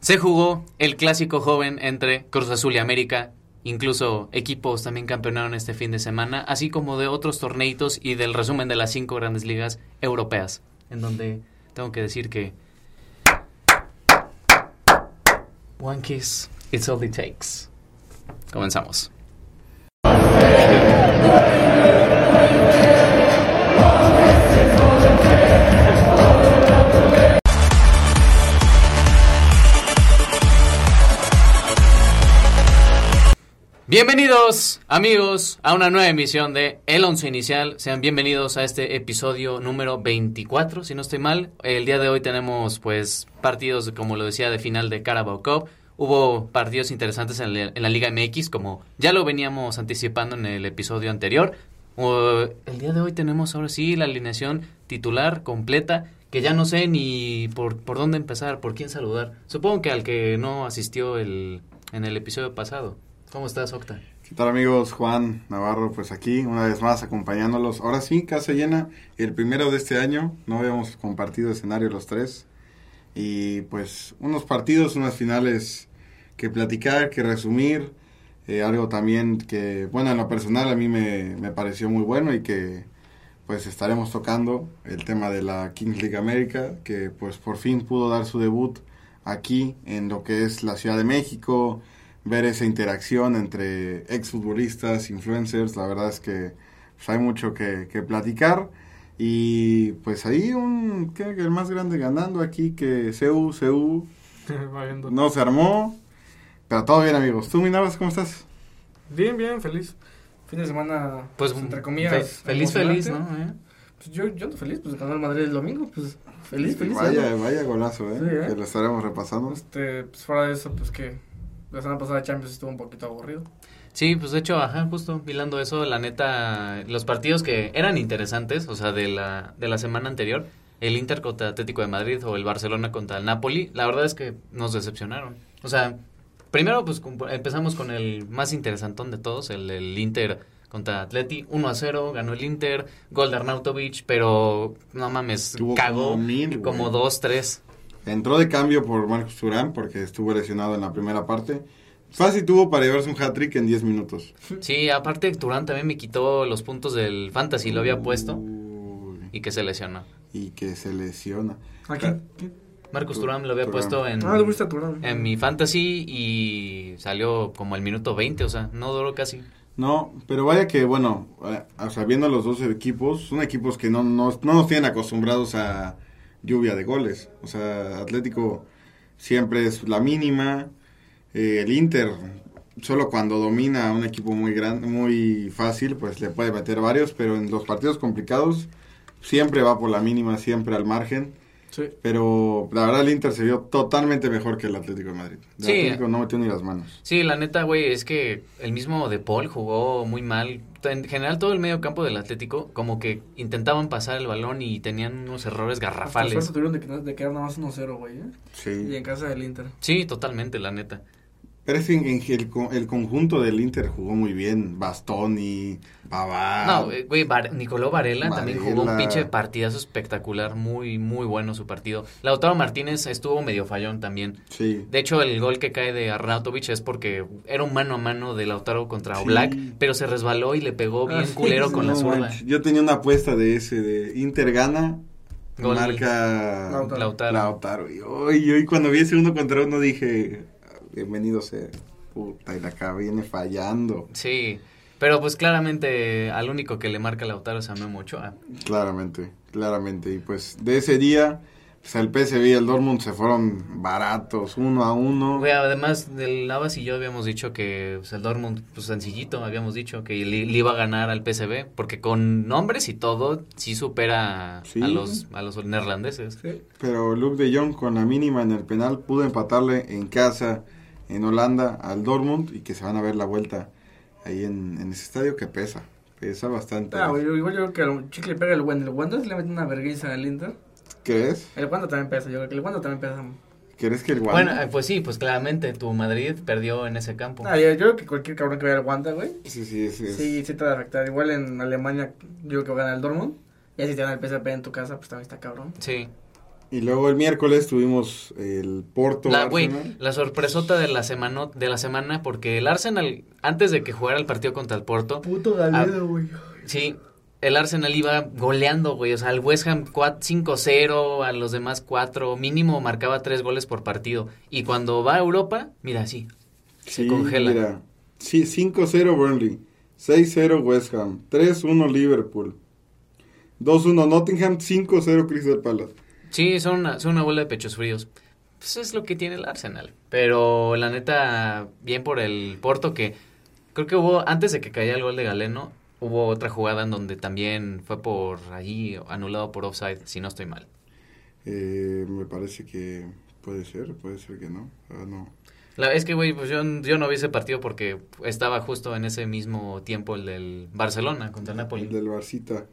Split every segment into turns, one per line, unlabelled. Se jugó el clásico joven entre Cruz Azul y América. Incluso equipos también campeonaron este fin de semana, así como de otros torneitos y del resumen de las cinco grandes ligas europeas, en donde tengo que decir que. One kiss, it's all it takes. Comenzamos. Bienvenidos amigos a una nueva emisión de El Once Inicial. Sean bienvenidos a este episodio número 24, si no estoy mal. El día de hoy tenemos pues partidos, como lo decía, de final de Carabao Cup. Hubo partidos interesantes en, la- en la Liga MX, como ya lo veníamos anticipando en el episodio anterior. Uh, el día de hoy tenemos ahora sí la alineación titular completa, que ya no sé ni por, por dónde empezar, por quién saludar. Supongo que al que no asistió el, en el episodio pasado. ¿Cómo estás, Octa?
¿Qué tal amigos? Juan Navarro, pues aquí una vez más acompañándolos. Ahora sí, casa llena, el primero de este año. No habíamos compartido escenario los tres. Y pues unos partidos, unas finales que platicar, que resumir. Eh, algo también que, bueno, en lo personal a mí me, me pareció muy bueno y que pues estaremos tocando el tema de la Kings League América, que pues por fin pudo dar su debut aquí en lo que es la Ciudad de México, ver esa interacción entre exfutbolistas, influencers, la verdad es que pues, hay mucho que, que platicar. Y pues ahí un, creo que el más grande ganando aquí que CU, CU,
Valiendo.
no se armó, pero todo bien amigos. ¿Tú, Minavas, cómo estás?
Bien, bien, feliz. Fin de semana, pues, entre comillas.
fe- feliz, feliz, ¿no? ¿Eh?
emocionante. Pues yo, yo ando feliz, pues ganó el Madrid el domingo, pues feliz, feliz.
Vaya,
¿no?
vaya golazo, ¿eh?
Sí, ¿eh?
Que lo estaremos repasando.
Este, pues fuera de eso, pues que la semana pasada Champions estuvo un poquito aburrido.
¿eh? Sí, pues de hecho, ajá, justo hilando eso, la neta, los partidos que eran interesantes, o sea, de la, de la semana anterior, el Inter contra Atlético de Madrid o el Barcelona contra el Napoli, la verdad es que nos decepcionaron. O sea, primero pues com- empezamos con el más interesantón de todos, el, el Inter contra Atleti, 1 a 0, ganó el Inter, gol de Arnautovic, pero no mames,
Tuvo
cagó
como mil, güey.
como 2, 3.
Entró de cambio por Marcos Turán porque estuvo lesionado en la primera parte. Fácil tuvo para llevarse un hat-trick en 10 minutos.
Sí, aparte Turán también me quitó los puntos del Fantasy, lo había puesto.
Uy,
y que se lesionó.
y que se lesiona.
Aquí.
Marcus
Tu-
Turam lo había
Thuram.
puesto en,
Ah, le gusta Turán.
en mi fantasy y salió como el minuto 20, o sea, no duró casi.
No, pero vaya que, bueno, eh, o sea, viendo los dos equipos, son equipos que no, no, no nos tienen acostumbrados a lluvia de goles. O sea, Atlético siempre es la mínima. Eh, el Inter, solo cuando domina a un equipo muy grande, muy fácil, pues le puede meter varios, pero en los partidos complicados siempre va por la mínima, siempre al margen.
Sí.
Pero la verdad el Inter se vio totalmente mejor que el Atlético de Madrid. El
Sí.
Atlético no metió ni las manos.
Sí, la neta, güey, es que el mismo De Paul jugó muy mal. En general, todo el medio campo del Atlético, como que intentaban pasar el balón y tenían unos errores
Hasta suerte
garrafales.
tuvieron de, que- de quedar nada más 1-0, güey, ¿eh? Y
Sí.
en casa del Inter.
Sí, totalmente, la neta.
Pero es que en- en el, co- el conjunto del Inter jugó muy bien. Bastoni, Pavard.
No, eh, güey, Var- Nicoló Varela, también jugó un
Ah, Varela.
pinche partidazo espectacular, muy, muy bueno su partido. Lautaro Martínez estuvo medio fallón también.
Sí.
De hecho, el gol que cae de Arnautovic es porque era un mano a mano de Lautaro contra
Sí.
Black, pero se resbaló y le pegó bien
Ah, sí,
culero con la
No
zurda.
manches, Yo tenía una apuesta de ese, de Inter gana,
Gol.
marca
Lautaro.
Lautaro.
Lautaro. Y hoy, hoy cuando vi ese uno contra uno dije, bienvenido sea. Puta, y la acá viene fallando.
Sí, pero pues claramente al único que le marca Lautaro es a Memo Ochoa.
Claramente, claramente. Y pues de ese día, pues el PSV y el Dortmund se fueron baratos, uno a uno.
Güey, además, del Navas y yo habíamos dicho que pues, el Dortmund, pues sencillito, habíamos dicho que le, le iba a ganar al PSV, porque con nombres y todo, sí supera
Sí.
a los a los neerlandeses.
Sí.
Pero Luke de Jong con la mínima en el penal pudo empatarle en casa, en Holanda, al Dortmund y que se van a ver la vuelta ahí en, en ese estadio que pesa, pesa bastante.
Ah, güey, igual yo creo que al chicle pega el Wanda. El Wanda se le mete una vergüenza al Inter.
¿Crees?
El Wanda también pesa, yo creo que el Wanda también pesa.
¿Crees que el
Bueno,
Wanda?
eh, pues sí, pues claramente tu Madrid perdió en ese campo.
Ah, yo, yo creo que cualquier cabrón que vea el Wanda, güey,
sí, sí, sí,
Pues,
es-
Sí, sí te va a afectar. Igual en Alemania, yo creo que va a ganar el Dortmund. Y así te gana el PSP en tu casa, pues también está cabrón.
Sí.
Y luego el miércoles tuvimos el Porto.
La, güey,
Arsenal.
la sorpresota de la, semana, de la semana, porque el Arsenal, antes de que jugara el partido contra el Porto,
Puto
Galedo,
Galedo, güey.
sí, el Arsenal iba goleando, güey. O sea, al West Ham cua- 5-0, a los demás 4, mínimo marcaba 3 goles por partido. Y cuando va a Europa, mira, sí, se
Sí,
congela.
mira. Sí, 5-0 Burnley, 6-0 West Ham, 3-1 Liverpool, 2-1 Nottingham, 5-0 Crystal Palace.
Sí, son una, son una bola de pechos fríos. Pues es lo que tiene el Arsenal. Pero la neta, bien por el Porto, que creo que hubo, antes de que cayera el gol de Galeno, hubo otra jugada en donde también fue por allí, anulado por offside, si no estoy mal.
Eh, me parece que puede ser, puede ser que no. Ah, no.
La, es que, güey, pues yo, yo no vi ese partido porque estaba justo en ese mismo tiempo el del Barcelona contra el
El
Napoli.
del Barcita.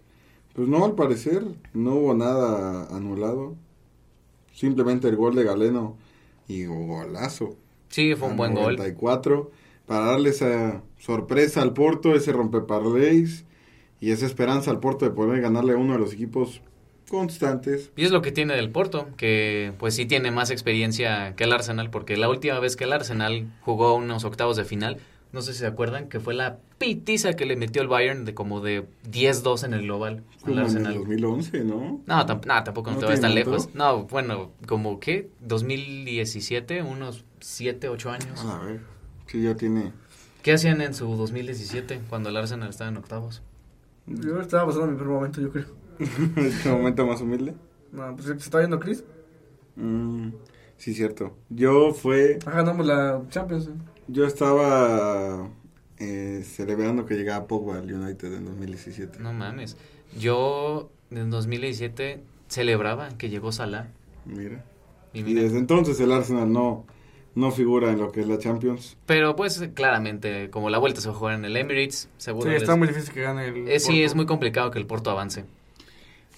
Pues no, al parecer no hubo nada anulado. Simplemente el gol de Galeno y golazo.
Sí, fue un buen
Al
gol.
94, para darle esa sorpresa al Porto, ese rompeparleis y esa esperanza al Porto de poder ganarle a uno de los equipos constantes.
Y es lo que tiene del Porto, que pues sí tiene más experiencia que el Arsenal, porque la última vez que el Arsenal jugó unos octavos de final, no sé si se acuerdan, que fue la pitiza que le metió el Bayern de como de 10-2 en el global al
Como en el
Arsenal.
2011, ¿no?
No, tam- no, tampoco no
¿No
te vayas
te
tan
inundó?
lejos. No, bueno, como que 2017, unos 7, 8 años.
A ver, sí, ya tiene.
¿Qué hacían en su 2017 cuando el Arsenal estaba en octavos?
Yo estaba pasando mi peor momento, yo creo.
este momento más humilde.
No, pues se está viendo Chris.
Mm, sí, cierto. Yo fue.
Ah, ganamos la Champions. eh.
Yo estaba eh, celebrando que llegaba Pogba al United en 2017.
No mames. Yo en 2017 celebraba que llegó Salah.
Mira.
Y
Y
mira,
desde entonces el Arsenal no, no figura en lo que es la Champions.
Pero pues claramente, como la vuelta se va a jugar en el Emirates, seguro.
Sí,
les-
está muy difícil que gane el.
Eh, sí,
Porto.
es muy complicado que el Porto avance.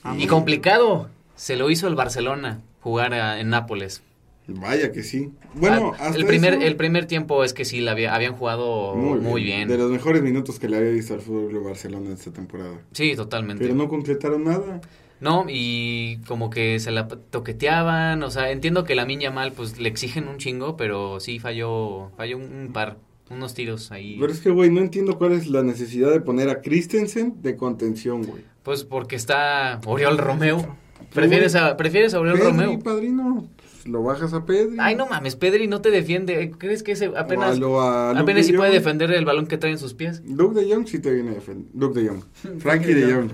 Ah,
Y
muy-
complicado, se lo hizo el Barcelona jugar a- en Nápoles.
Vaya que sí. Bueno,
Ah,
hasta
el primer
eso,
el primer tiempo es que sí la había- habían jugado muy, bien.
De los mejores minutos que le había visto al Fútbol Club Barcelona esta temporada.
Sí, totalmente.
Pero no concretaron nada.
No, y como que se la toqueteaban, o sea, entiendo que la miña mal pues le exigen un chingo, pero sí falló falló un, un par, unos tiros ahí.
Pero es que, güey, no entiendo cuál es la necesidad de poner a Christensen de contención, güey.
Pues porque está Oriol Romeo. ¿Prefieres a, prefieres a Oriol
Pedri,
Romeo?
padrino, pues, lo bajas a Pedri.
Ay, no mames, Pedri no te defiende. Eh, ¿Crees que ese apenas,
O a lo- a Luke
apenas
de
si puede
Jong.
defender el balón que trae en sus pies?
Luke de Jong sí te viene a defender. Luke de Jong. Frankie
Frankie
de
de
Jong.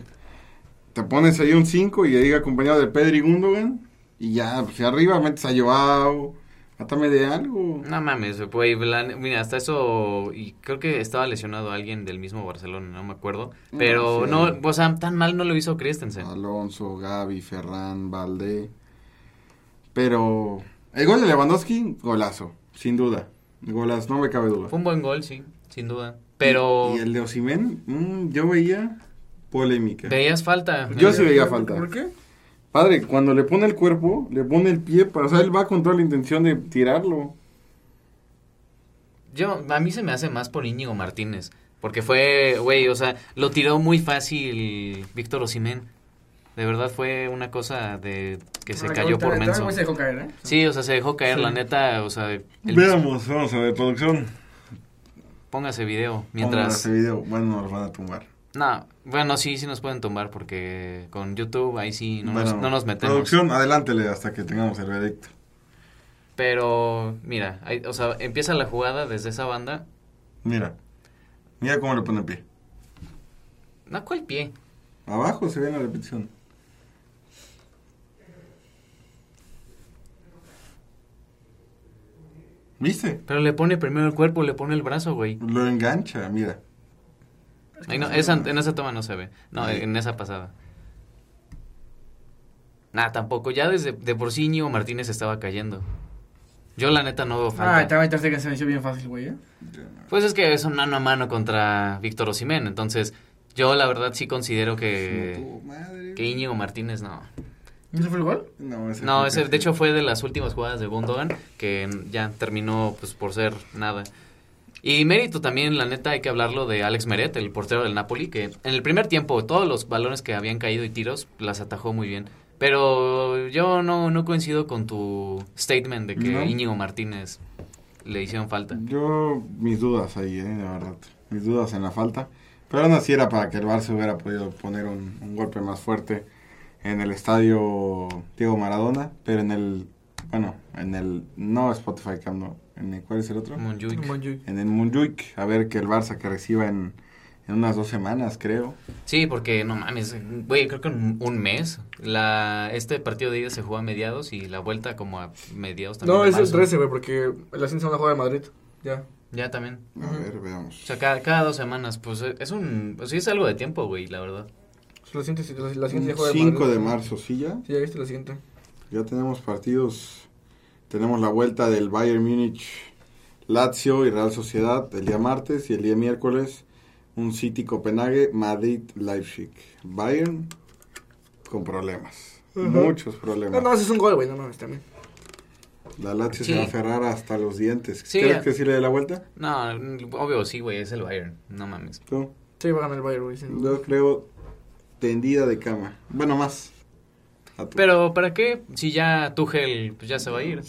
Te pones ahí un 5 y ahí acompañado de Pedri Gundogan. Y ya, pues arriba metes a Joao. Mátame de algo.
No mames, güey. la ne- Mira, hasta eso. Y creo que estaba lesionado alguien del mismo Barcelona, no me acuerdo.
No,
Pero
sí.
no, o sea, tan mal no lo hizo Christensen.
Alonso, Gaby, Ferran, Valdé. Pero el gol de Lewandowski, golazo, sin duda. Golazo, no me cabe duda.
Fue un buen gol, sí, sin duda. Pero
Y, y el de Osimén, mm, yo veía polémica.
veías falta.
Yo sí veía falta.
¿Por qué?
Padre, cuando le pone el cuerpo, le pone el pie, para, o sea, él va con toda la intención de tirarlo.
Yo, a mí se me hace más por Íñigo Martínez. Porque fue, güey, o sea, lo tiró muy fácil Víctor Osimén. De verdad fue una cosa de que se
Ah,
cayó
ahorita-
por
ahorita
menso.
güey se dejó caer, ¿eh?
Sí, o sea, se dejó caer, la neta, o sea, el-
Veamos, vamos a ver, producción.
póngase video
Pongan
mientras...
ese este video, bueno, nos lo van a tumbar.
No, bueno, sí, sí nos pueden tomar porque con YouTube ahí sí no, nos,
Bueno,
no nos metemos.
Producción, adelántele hasta que tengamos el veredicto.
Pero, mira, ahí- o sea, empieza la jugada desde esa banda.
Mira, mira cómo le pone el pie.
No, ¿cuál pie?
Abajo se ve en la repetición. ¿Viste?
Pero le pone primero el cuerpo, le pone el brazo, güey.
Lo engancha, mira.
Ay, no, esa- en esa toma no se ve. No, en esa pasada. Nah, tampoco. Ya desde de por sí Íñigo Martínez estaba cayendo. Yo la neta no veo
Ah,
falta.
también te que se venció bien fácil, güey, ¿eh?
Pues es que es un mano a mano contra Víctor Osimén. Entonces, yo la verdad sí considero
No
que,
tuvo madre.
Eh, que Íñigo Martínez no.
¿Y ese fue el gol?
No, ese
No,
fue
ese
que-
de hecho fue de las últimas jugadas de Gundogan que ya terminó pues por ser nada. Y mérito también, la neta, hay que hablarlo de Alex Meret, el portero del Napoli, que en el primer tiempo todos los balones que habían caído y tiros las atajó muy bien. Pero yo no, no coincido con tu statement de que
No.
Íñigo Martínez le hicieron falta.
Yo, mis dudas ahí, eh, de verdad. Mis dudas en la falta. Pero aún así era para que el Barça hubiera podido poner un, un golpe más fuerte en el estadio Diego Maradona. Pero en el. Bueno, en el. No Spotify Camp, no. ¿En el, ¿Cuál es el otro?
Monjuic.
Monjuic.
En el Munjuic. A ver que el Barça que reciba en, en unas dos semanas, creo.
Sí, porque no mames, güey, creo que un, un mes. La, este partido de ida se jugó a mediados y la vuelta como a mediados también.
No,
de
es el
marzo.
13, güey, porque la siguiente semana juega de Madrid. Ya.
Ya también.
A
Ujú.
ver, veamos.
O sea, cada, cada dos semanas, pues eh, es un. Pues sí, es algo de tiempo, güey, la verdad.
La siguiente, la, la siguiente ya juega de
5
Madrid.
de marzo, sí, ya.
Sí, ya viste la siguiente.
Ya tenemos partidos. Tenemos la vuelta del Bayern Múnich, Lazio y Real Sociedad el día martes y el día miércoles un City Copenhague, Madrid, Leipzig. Bayern con problemas.
Ajá.
Muchos
No,
problemas.
Ah, no, ese es un gol, güey, no mames, también.
La Lazio
Sí.
se va a aferrar hasta los dientes.
Sí,
¿Crees
ya.
que sí le dé la vuelta?
No, mm, obvio, sí, güey, es el Bayern. No mames.
No.
Sí, va a ganar el Bayern, güey. sin
Mm.
duda.
Yo creo tendida de cama. Bueno, más. A tu-
Pero, ¿para qué? Si ya Tuchel pues, ya se va a ir.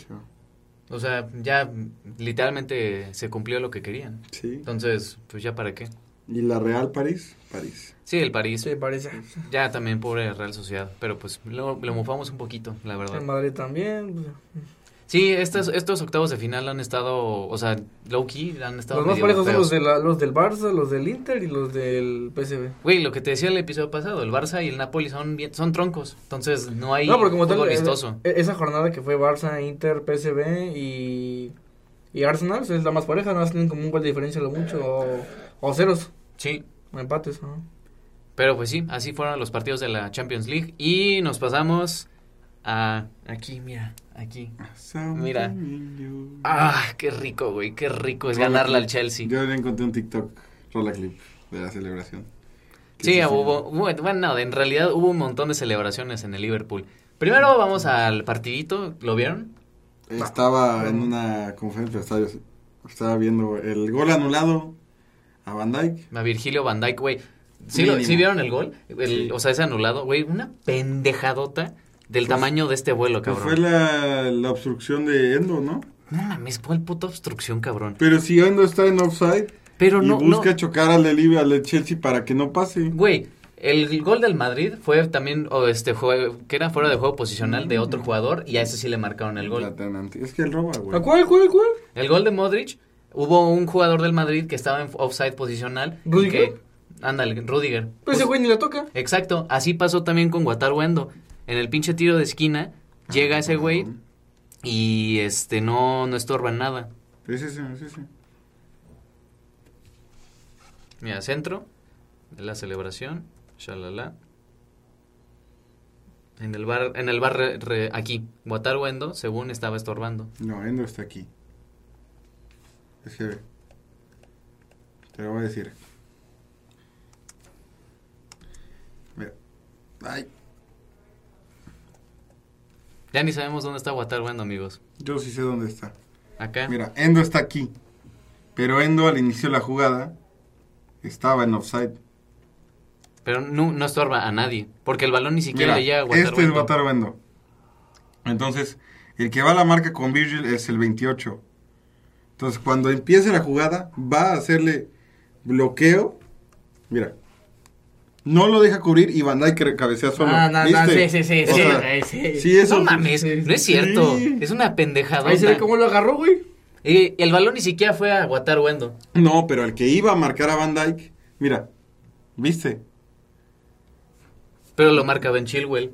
O sea, ya mm, literalmente se cumplió lo que querían.
Sí.
Entonces, pues ya para qué.
¿Y la Real París? París.
Sí, el París.
Sí, parece.
Ya también, pobre Real Sociedad. Pero pues lo, lo mofamos un poquito, la verdad.
En Madrid también. pues,
Sí, estos, estos octavos de final han estado, o sea, low-key han estado
Los más
medio
parejos son
feos.
los, de la- los del Barça, los del Inter y los del PSV.
Güey, lo que te decía el episodio pasado, el Barça y el Napoli son bien- son troncos, entonces no hay
no, porque como tal,
fútbol
eh,
vistoso.
eh, esa jornada que fue Barça, Inter, PSV y, y Arsenal es la más pareja, no tienen como un gol de diferencia lo mucho o, o ceros,
Sí,
o empates, ¿no?
pero pues sí, así fueron los partidos de la Champions League y nos pasamos a aquí, mira, aquí. Mira. Ah, qué rico, güey, qué rico es
Rola
ganarle
clip.
al Chelsea.
Yo le encontré un TikTok, rola clip, de la celebración. Que
Sí,
se
hubo, hubo- bueno, no, en realidad hubo un montón de celebraciones en el Liverpool. Primero vamos al partidito, ¿lo vieron?
hizo. Estaba en una conferencia de estadios, estaba viendo el gol anulado a Van Dyke.
A Virgilio Van Dijk, güey. ¿Sí, lo-
Mínimo.
sí vieron el gol? El-
Sí.
O sea, ese anulado, güey. Una pendejadota del
Pues-
tamaño de este vuelo, cabrón.
Fue la, la obstrucción de Endo, ¿no?
No mames, ¿cuál puta obstrucción, cabrón?
Pero si Endo está en offside
Pero
y
no, no.
busca chocar al de Libre, al de Chelsea para que no pase.
Güey, el gol del Madrid fue también, o este, juego, que era fuera de juego posicional de otro jugador y a ese sí le marcaron el gol.
La tenante. Es que él roba,
¿A
güey.
cuál, cuál, cuál?
El gol de Modric, hubo un jugador del Madrid que estaba en offside posicional. y
¿Rüdiger?
que- Ándale, Rudiger.
Pues ese güey ni la toca.
Exacto, así pasó también con Guatar Wendo. En el pinche tiro de esquina, llega ese güey y este no, no estorba en nada.
Es ese, es ese.
Mira, centro, de la celebración, shalala. En el bar, en el bar re- re- aquí, Guatar Wendo, según estaba estorbando.
No, Endo está aquí. Es que... Te lo voy a decir. Mira. Ay,
Ya ni sabemos dónde está Guatar Wendo, amigos.
yo sí sé dónde está.
Acá.
Mira, Endo está aquí. Pero Endo al inicio de la jugada estaba en offside.
Pero no, no estorba a nadie, porque el balón ni siquiera
Mira,
le llega a Guatar
este es Guataruendo. Entonces, el que va a la marca con Virgil es el 28. Entonces, cuando empiece la jugada, va a hacerle bloqueo. Mira. No lo deja cubrir y Van Dijk cabecea solo.
Ah, no, no,
¿Viste?
sí, sí, sí,
O
sí,
sea,
sí.
sí, eso.
no mames,
sí.
no es cierto.
Sí.
Es una pendejadota.
Ahí se ve cómo lo agarró, güey.
Y el balón ni siquiera fue a Guatar Wendo.
No, pero el que iba a marcar a Van Dijk, mira, ¿viste?
Pero lo marca Ben Chilwell.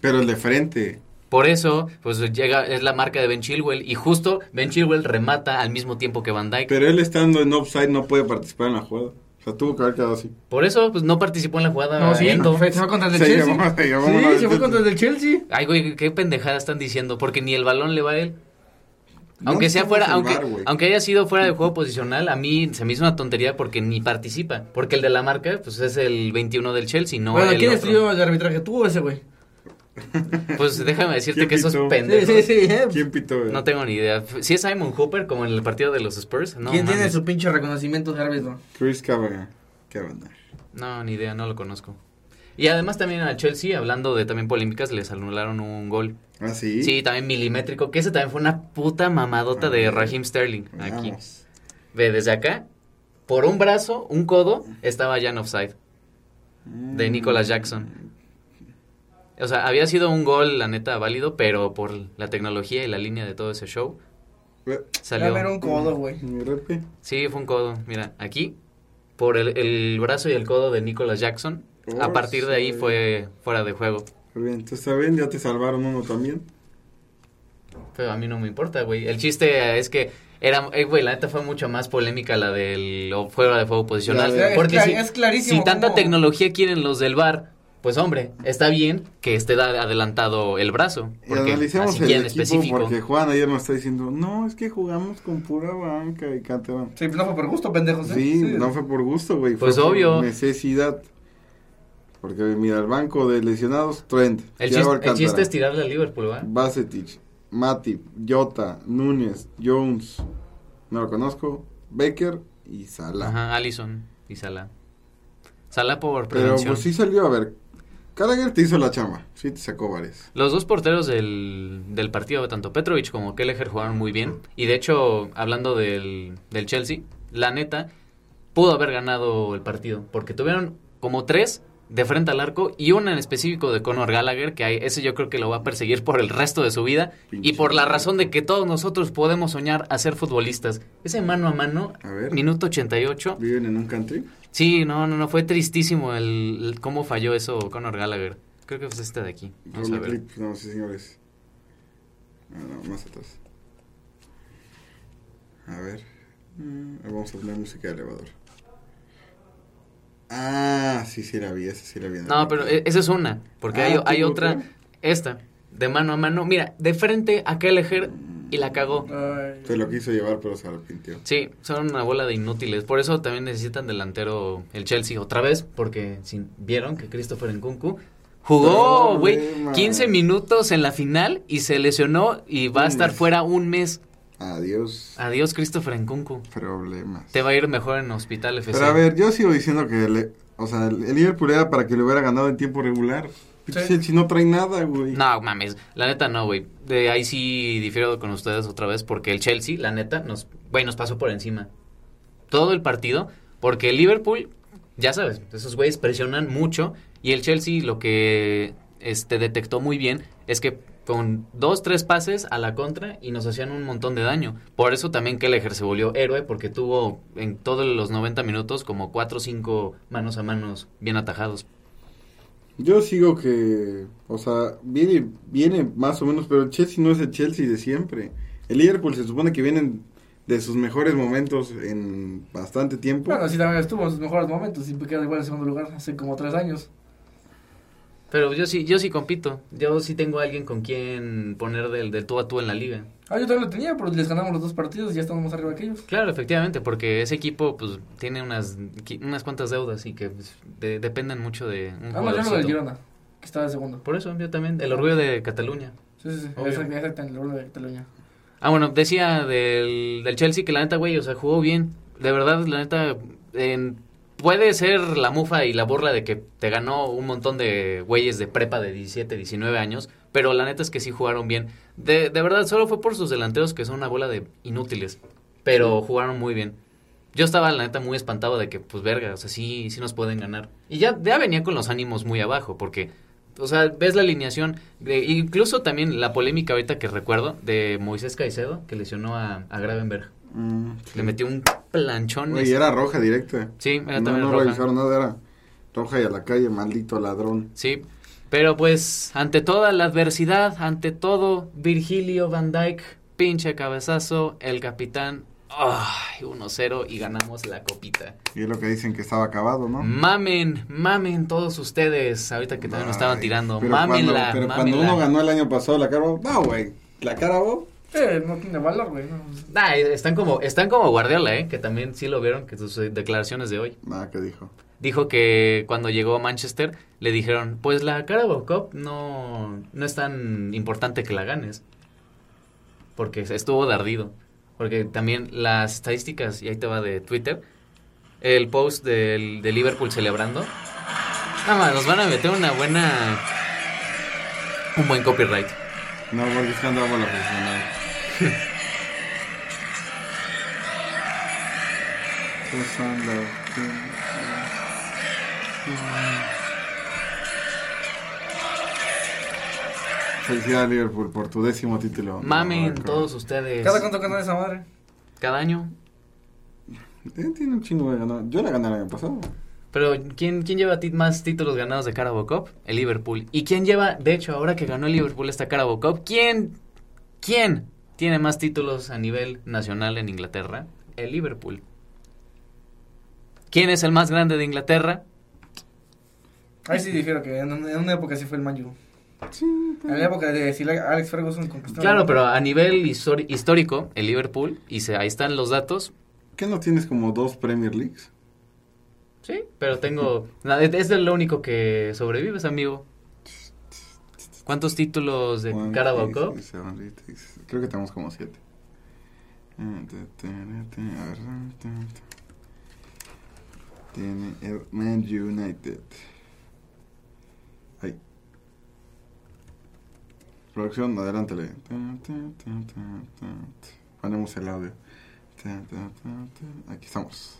Pero el de frente.
Por eso, pues llega, es la marca de Ben Chilwell. Y justo Ben Chilwell remata al mismo tiempo que Van Dyke.
Pero él estando en offside no puede participar en la jugada. O sea, tuvo que haber quedado así.
Por eso, pues no participó en la jugada.
No, sí,
Endo.
fue- se fue contra el del
Se
Chelsea.
llevó- se llevó uno del
sí, se fue
Chelsea.
contra el del Chelsea.
Ay, güey, qué pendejada están diciendo. Porque ni el balón le va a él. Aunque
No
sea
estamos
fuera,
en
aunque,
VAR, güey.
aunque haya sido fuera de juego posicional, a mí se me hizo una tontería porque ni participa. Porque el de la marca, pues es el 21 del Chelsea, no
bueno,
el
¿quién
otro.
estudió el arbitraje? ¿Tú o ese güey?
Pues déjame decirte
¿Quién
que esos
pitó?
pendejos.
Sí, sí, sí. ¿eh?
¿Quién pitó? eh?
No tengo ni idea. Si es Simon Hooper, como en el partido de los Spurs, no.
¿Quién tiene
mames.
su pinche reconocimiento de árbitro?
Chris Cavanaugh. Cavanaugh.
No, ni idea, no lo conozco. Y además también al Chelsea, hablando de también polémicas, les anularon un gol.
Ah,
Sí,
sí.
también milimétrico, que ese también fue una puta mamadota de Raheem Sterling. Aquí.
Veamos.
Ve, desde acá, por un brazo, un codo, estaba ya en offside.
Mm.
de Nicolas Jackson. O sea, había sido un gol, la neta, válido, pero por la tecnología y la línea de todo ese show,
Ve-
salió.
ver un codo, güey.
Mm, Mi repe.
Sí, fue un codo. Mira, aquí, por el, el brazo y el codo de Nicolas Jackson, a partir de ahí
Sí.
fue fuera de juego.
Muy bien, entonces está bien, ya te salvaron uno también.
Pero a mí no me importa, güey. El chiste es que era, eh, güey, la neta fue mucho más polémica la del o- fuera de juego posicional.
La de-
porque
Es
si,
clar- es clarísimo
si tanta
cómo-
tecnología quieren los del bar, pues hombre, está bien que esté da- adelantado el brazo.
Y
Porque
analicemos
así
el
Ah, ya en
equipo
específico.
porque Juan ayer nos está diciendo, no, es que jugamos con pura banca y canterón.
Sí, pues no fue por gusto, pendejos. ¿eh?
Sí, no fue por gusto, güey.
Pues
fue por
obvio.
necesidad. Porque mira, el banco de lesionados, Trent,
El,
Thiago
chiste, el chiste
Alcántara,
es tirarle a Liverpool, ¿va?
Bacetic, Matip, Jota, Núñez, Jones, no lo conozco, Becker y Salah.
Ajá, Allison y Salah. Salah por
Pero
prevención.
pues sí salió, a ver, Gallagher te hizo la chamba, sí te sacó varias.
Los dos porteros del, del partido, tanto Petrovic como Kelleher, jugaron muy bien. Y de hecho, hablando del, del Chelsea, la neta, pudo haber ganado el partido. Porque tuvieron como tres de frente al arco y una en específico de Conor Gallagher, que hay, ese yo creo que lo va a perseguir por el resto de su vida. Y
Pinche
por la
madre.
razón de que todos nosotros podemos soñar a ser futbolistas. Ese mano a mano,
A ver.
minuto 88.
Viven en un country.
Sí, no, no, no, fue tristísimo el, el cómo falló eso Conor Gallagher. Creo que fue este de aquí. Vamos a
Roll
ver.
clip, no, sí, señores. Ah, no, más atrás. A ver. Mm, vamos a poner música de elevador. Ah, sí, sí la vi, esa sí la vi. en el
No, pero
papel.
e- esa es una, porque
Ah,
hay,
¿tú
hay
lo
otra,
crees?
esta, de mano a mano. Mira, de frente a Kelleher y la cagó.
Ay.
Te lo quiso llevar, pero se arrepintió.
eh, Sí, son una bola de inútiles. Por eso también necesitan delantero el Chelsea otra vez, porque si vieron que Christopher Nkunku jugó,
No,
güey,
man.
15 minutos en la final y se lesionó y va a
Un
estar
mes.
fuera un mes.
Adiós.
Adiós, Christopher Nkunku.
Problemas.
Te va a ir mejor en Hospital FC.
Pero a ver, yo sigo diciendo que le, o sea, el el Liverpool era para que lo hubiera ganado en tiempo regular. Pinche Chelsea no trae nada, güey.
No, mames, la neta no, güey. De ahí sí difiero con ustedes otra vez porque el Chelsea, la neta, nos, güey, nos pasó por encima. Todo el partido, porque el Liverpool, ya sabes, esos güeyes presionan mucho y el Chelsea lo que este detectó muy bien es que con dos, tres pases a la contra y nos hacían un montón de daño. Por eso también que Kelleher se volvió héroe porque tuvo en todos los 90 minutos como cuatro o cinco manos a manos bien atajados.
Yo sigo que, o sea, viene, viene más o menos, pero el Chelsea no es el Chelsea de siempre. El Liverpool se supone que vienen de sus mejores momentos en bastante tiempo.
Bueno, sí, también estuvo en sus mejores momentos y quedó igual en segundo lugar hace como tres años.
Pero yo sí, yo sí compito. Yo sí tengo a alguien con quien poner del, del tú a tú en la liga.
Ah, yo también lo tenía, pero les ganamos los dos partidos y ya estamos más arriba que ellos.
Claro, efectivamente, porque ese equipo pues tiene unas, qui- unas cuantas deudas y que pues, de- dependen mucho de un
Ah, no, yo lo del
jugadorcito.
Girona, que estaba de segundo.
Por eso, yo también, el orgullo de Cataluña.
Sí, sí, sí,
Obvio.
exacto, exacto, el oro de Cataluña.
Ah, bueno, decía del, del Chelsea que la neta, güey, o sea, jugó bien. De verdad, la neta, en- puede ser la mufa y la burla de que te ganó un montón de güeyes de prepa de 17, 19 años, pero la neta es que sí jugaron bien. De, de verdad, solo fue por sus delanteros que son una bola de inútiles, pero jugaron muy bien. Yo estaba, la neta, muy espantado de que, pues, verga, o sea, sí, sí nos pueden ganar. Y ya, ya venía con los ánimos muy abajo, porque, o sea, ves la alineación, de- incluso también la polémica ahorita que recuerdo de Moisés Caicedo, que lesionó a, a Gravenberg.
Mm, sí.
Le metió un planchón.
Güey, era roja directa.
Sí, era
no,
también
no
roja.
revisaron nada, era roja y a la calle, maldito ladrón.
Sí, pero pues, ante toda la adversidad, ante todo, Virgilio Van Dyke, pinche cabezazo, el capitán, ay, 1-0 y ganamos la copita.
Y es lo que dicen que estaba acabado, ¿no?
Mamen, mamen todos ustedes, ahorita que también nos estaban
Ay,
tirando.
pero cuando-
Mámenla,
Pero cuando
mámenla.
uno ganó el año pasado la cara, no, güey, la cara, vos.
Eh, no tiene valor, güey. no.
Nah, Ah, están como, están como Guardiola, ¿eh? que también sí lo vieron que sus eh, declaraciones de hoy.
Nada, que dijo.
Dijo que cuando llegó a Manchester le dijeron, pues la Carabao Cup no, no es tan importante que la ganes. Porque estuvo dardido. Porque también las estadísticas, y ahí te va de Twitter, el post del, de Liverpool celebrando, Nada más, nos van a meter una buena. Un buen copyright.
No, porque es que andamos la profesional. Usando. Felicidades Liverpool por tu décimo título.
Mamen
Marco.
todos ustedes.
¿Cada cuánto cantan esa madre?
Cada año.
Eh, tiene un chingo de ganar. Yo la gané el año pasado.
Pero ¿quién, quién lleva ti- más títulos ganados de Carabao Cup? El Liverpool. ¿Y quién lleva, de hecho, ahora que ganó el Liverpool esta Carabao Cup, quién, quién tiene más títulos a nivel nacional en Inglaterra? El Liverpool. ¿Quién es el más grande de Inglaterra?
Ahí sí difiero que en, un- en una época sí fue el Manju.
Sí,
En la época de si la- Alex Ferguson conquistó.
Claro, pero a nivel histori- histórico, el Liverpool, y se- ahí están los datos.
¿Qué no tienes como dos Premier Leagues?
Sí, pero tengo... na- Es de lo único que sobrevives, amigo. ¿Cuántos títulos de
One,
Carabao
six,
Cup?
seven, eight, six. Creo que tenemos como siete. Eh, te- te- te- a ver, te- te- Tiene el Man United. Ahí. Producción, adelántale. Te- te- te- te- te- Ponemos el audio. Te- te- te- te- Aquí estamos.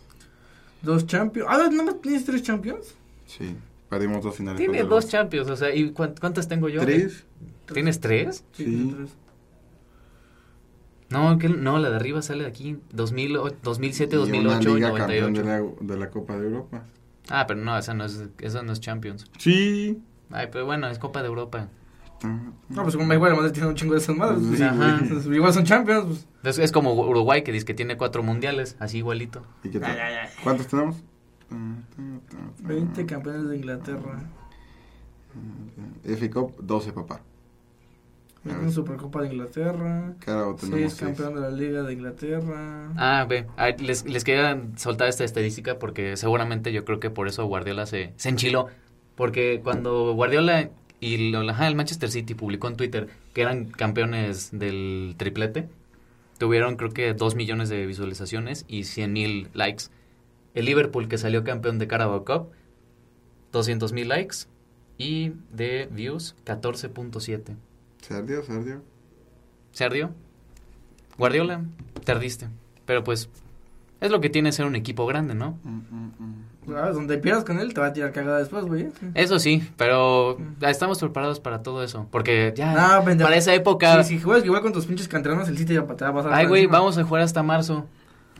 Dos Champions. Ah, ¿no más tienes tres Champions?
Sí, perdimos dos finales.
Tiene
contra
dos
los-
Champions, o sea, ¿y cuán- cuántas tengo yo?
¿Tres?
¿Tienes tres?
Sí,
Sí.
tres.
No, que- no, la de arriba sale de aquí, 2008, 2007,
y
2008 y
una liga campeón de
98.
la, de la Copa de Europa.
Ah, pero no, esa no, es, esa no es Champions.
Sí.
Ay, pero bueno, es Copa de Europa.
No, pues como igual, además tiene un chingo de esas madres. pues,
Sí. Ajá.
entonces, igual son Champions, pues.
Es, es como Uruguay que dice que tiene cuatro mundiales, así igualito.
¿Y qué
Ya,
tal?
ya, ya.
¿Cuántos tenemos?
20 pues, campeones de Inglaterra.
FA Cup, 12, papá.
Una Supercopa de Inglaterra.
Carabao tenemos
Seis
6.
campeón de la Liga de Inglaterra.
Ah, ve, ah, les, les quería soltar esta estadística porque seguramente yo creo que por eso Guardiola se, se enchiló. Porque cuando Guardiola y lo- ajá, el Manchester City publicó en Twitter que eran campeones del triplete, tuvieron creo que 2 millones de visualizaciones y 100 mil likes. El Liverpool que salió campeón de Carabao Cup, 200 mil likes y de views 14.7.
Se ardió, se ardió.
¿Se ardió? Guardiola, te ardiste. Pero pues, es lo que tiene ser un equipo grande, ¿no?
Mm, mm, mm.
Ah, donde pierdas con él, te va a tirar cagada después, güey. ¿eh?
Eso sí, pero estamos preparados para todo eso. Porque ya,
Ah, pendejo.
para esa época...
Si, si juegas igual con tus pinches canteranos, el sitio ya pa- te va a pasar.
Ay,
por
güey,
encima.
vamos a jugar hasta marzo.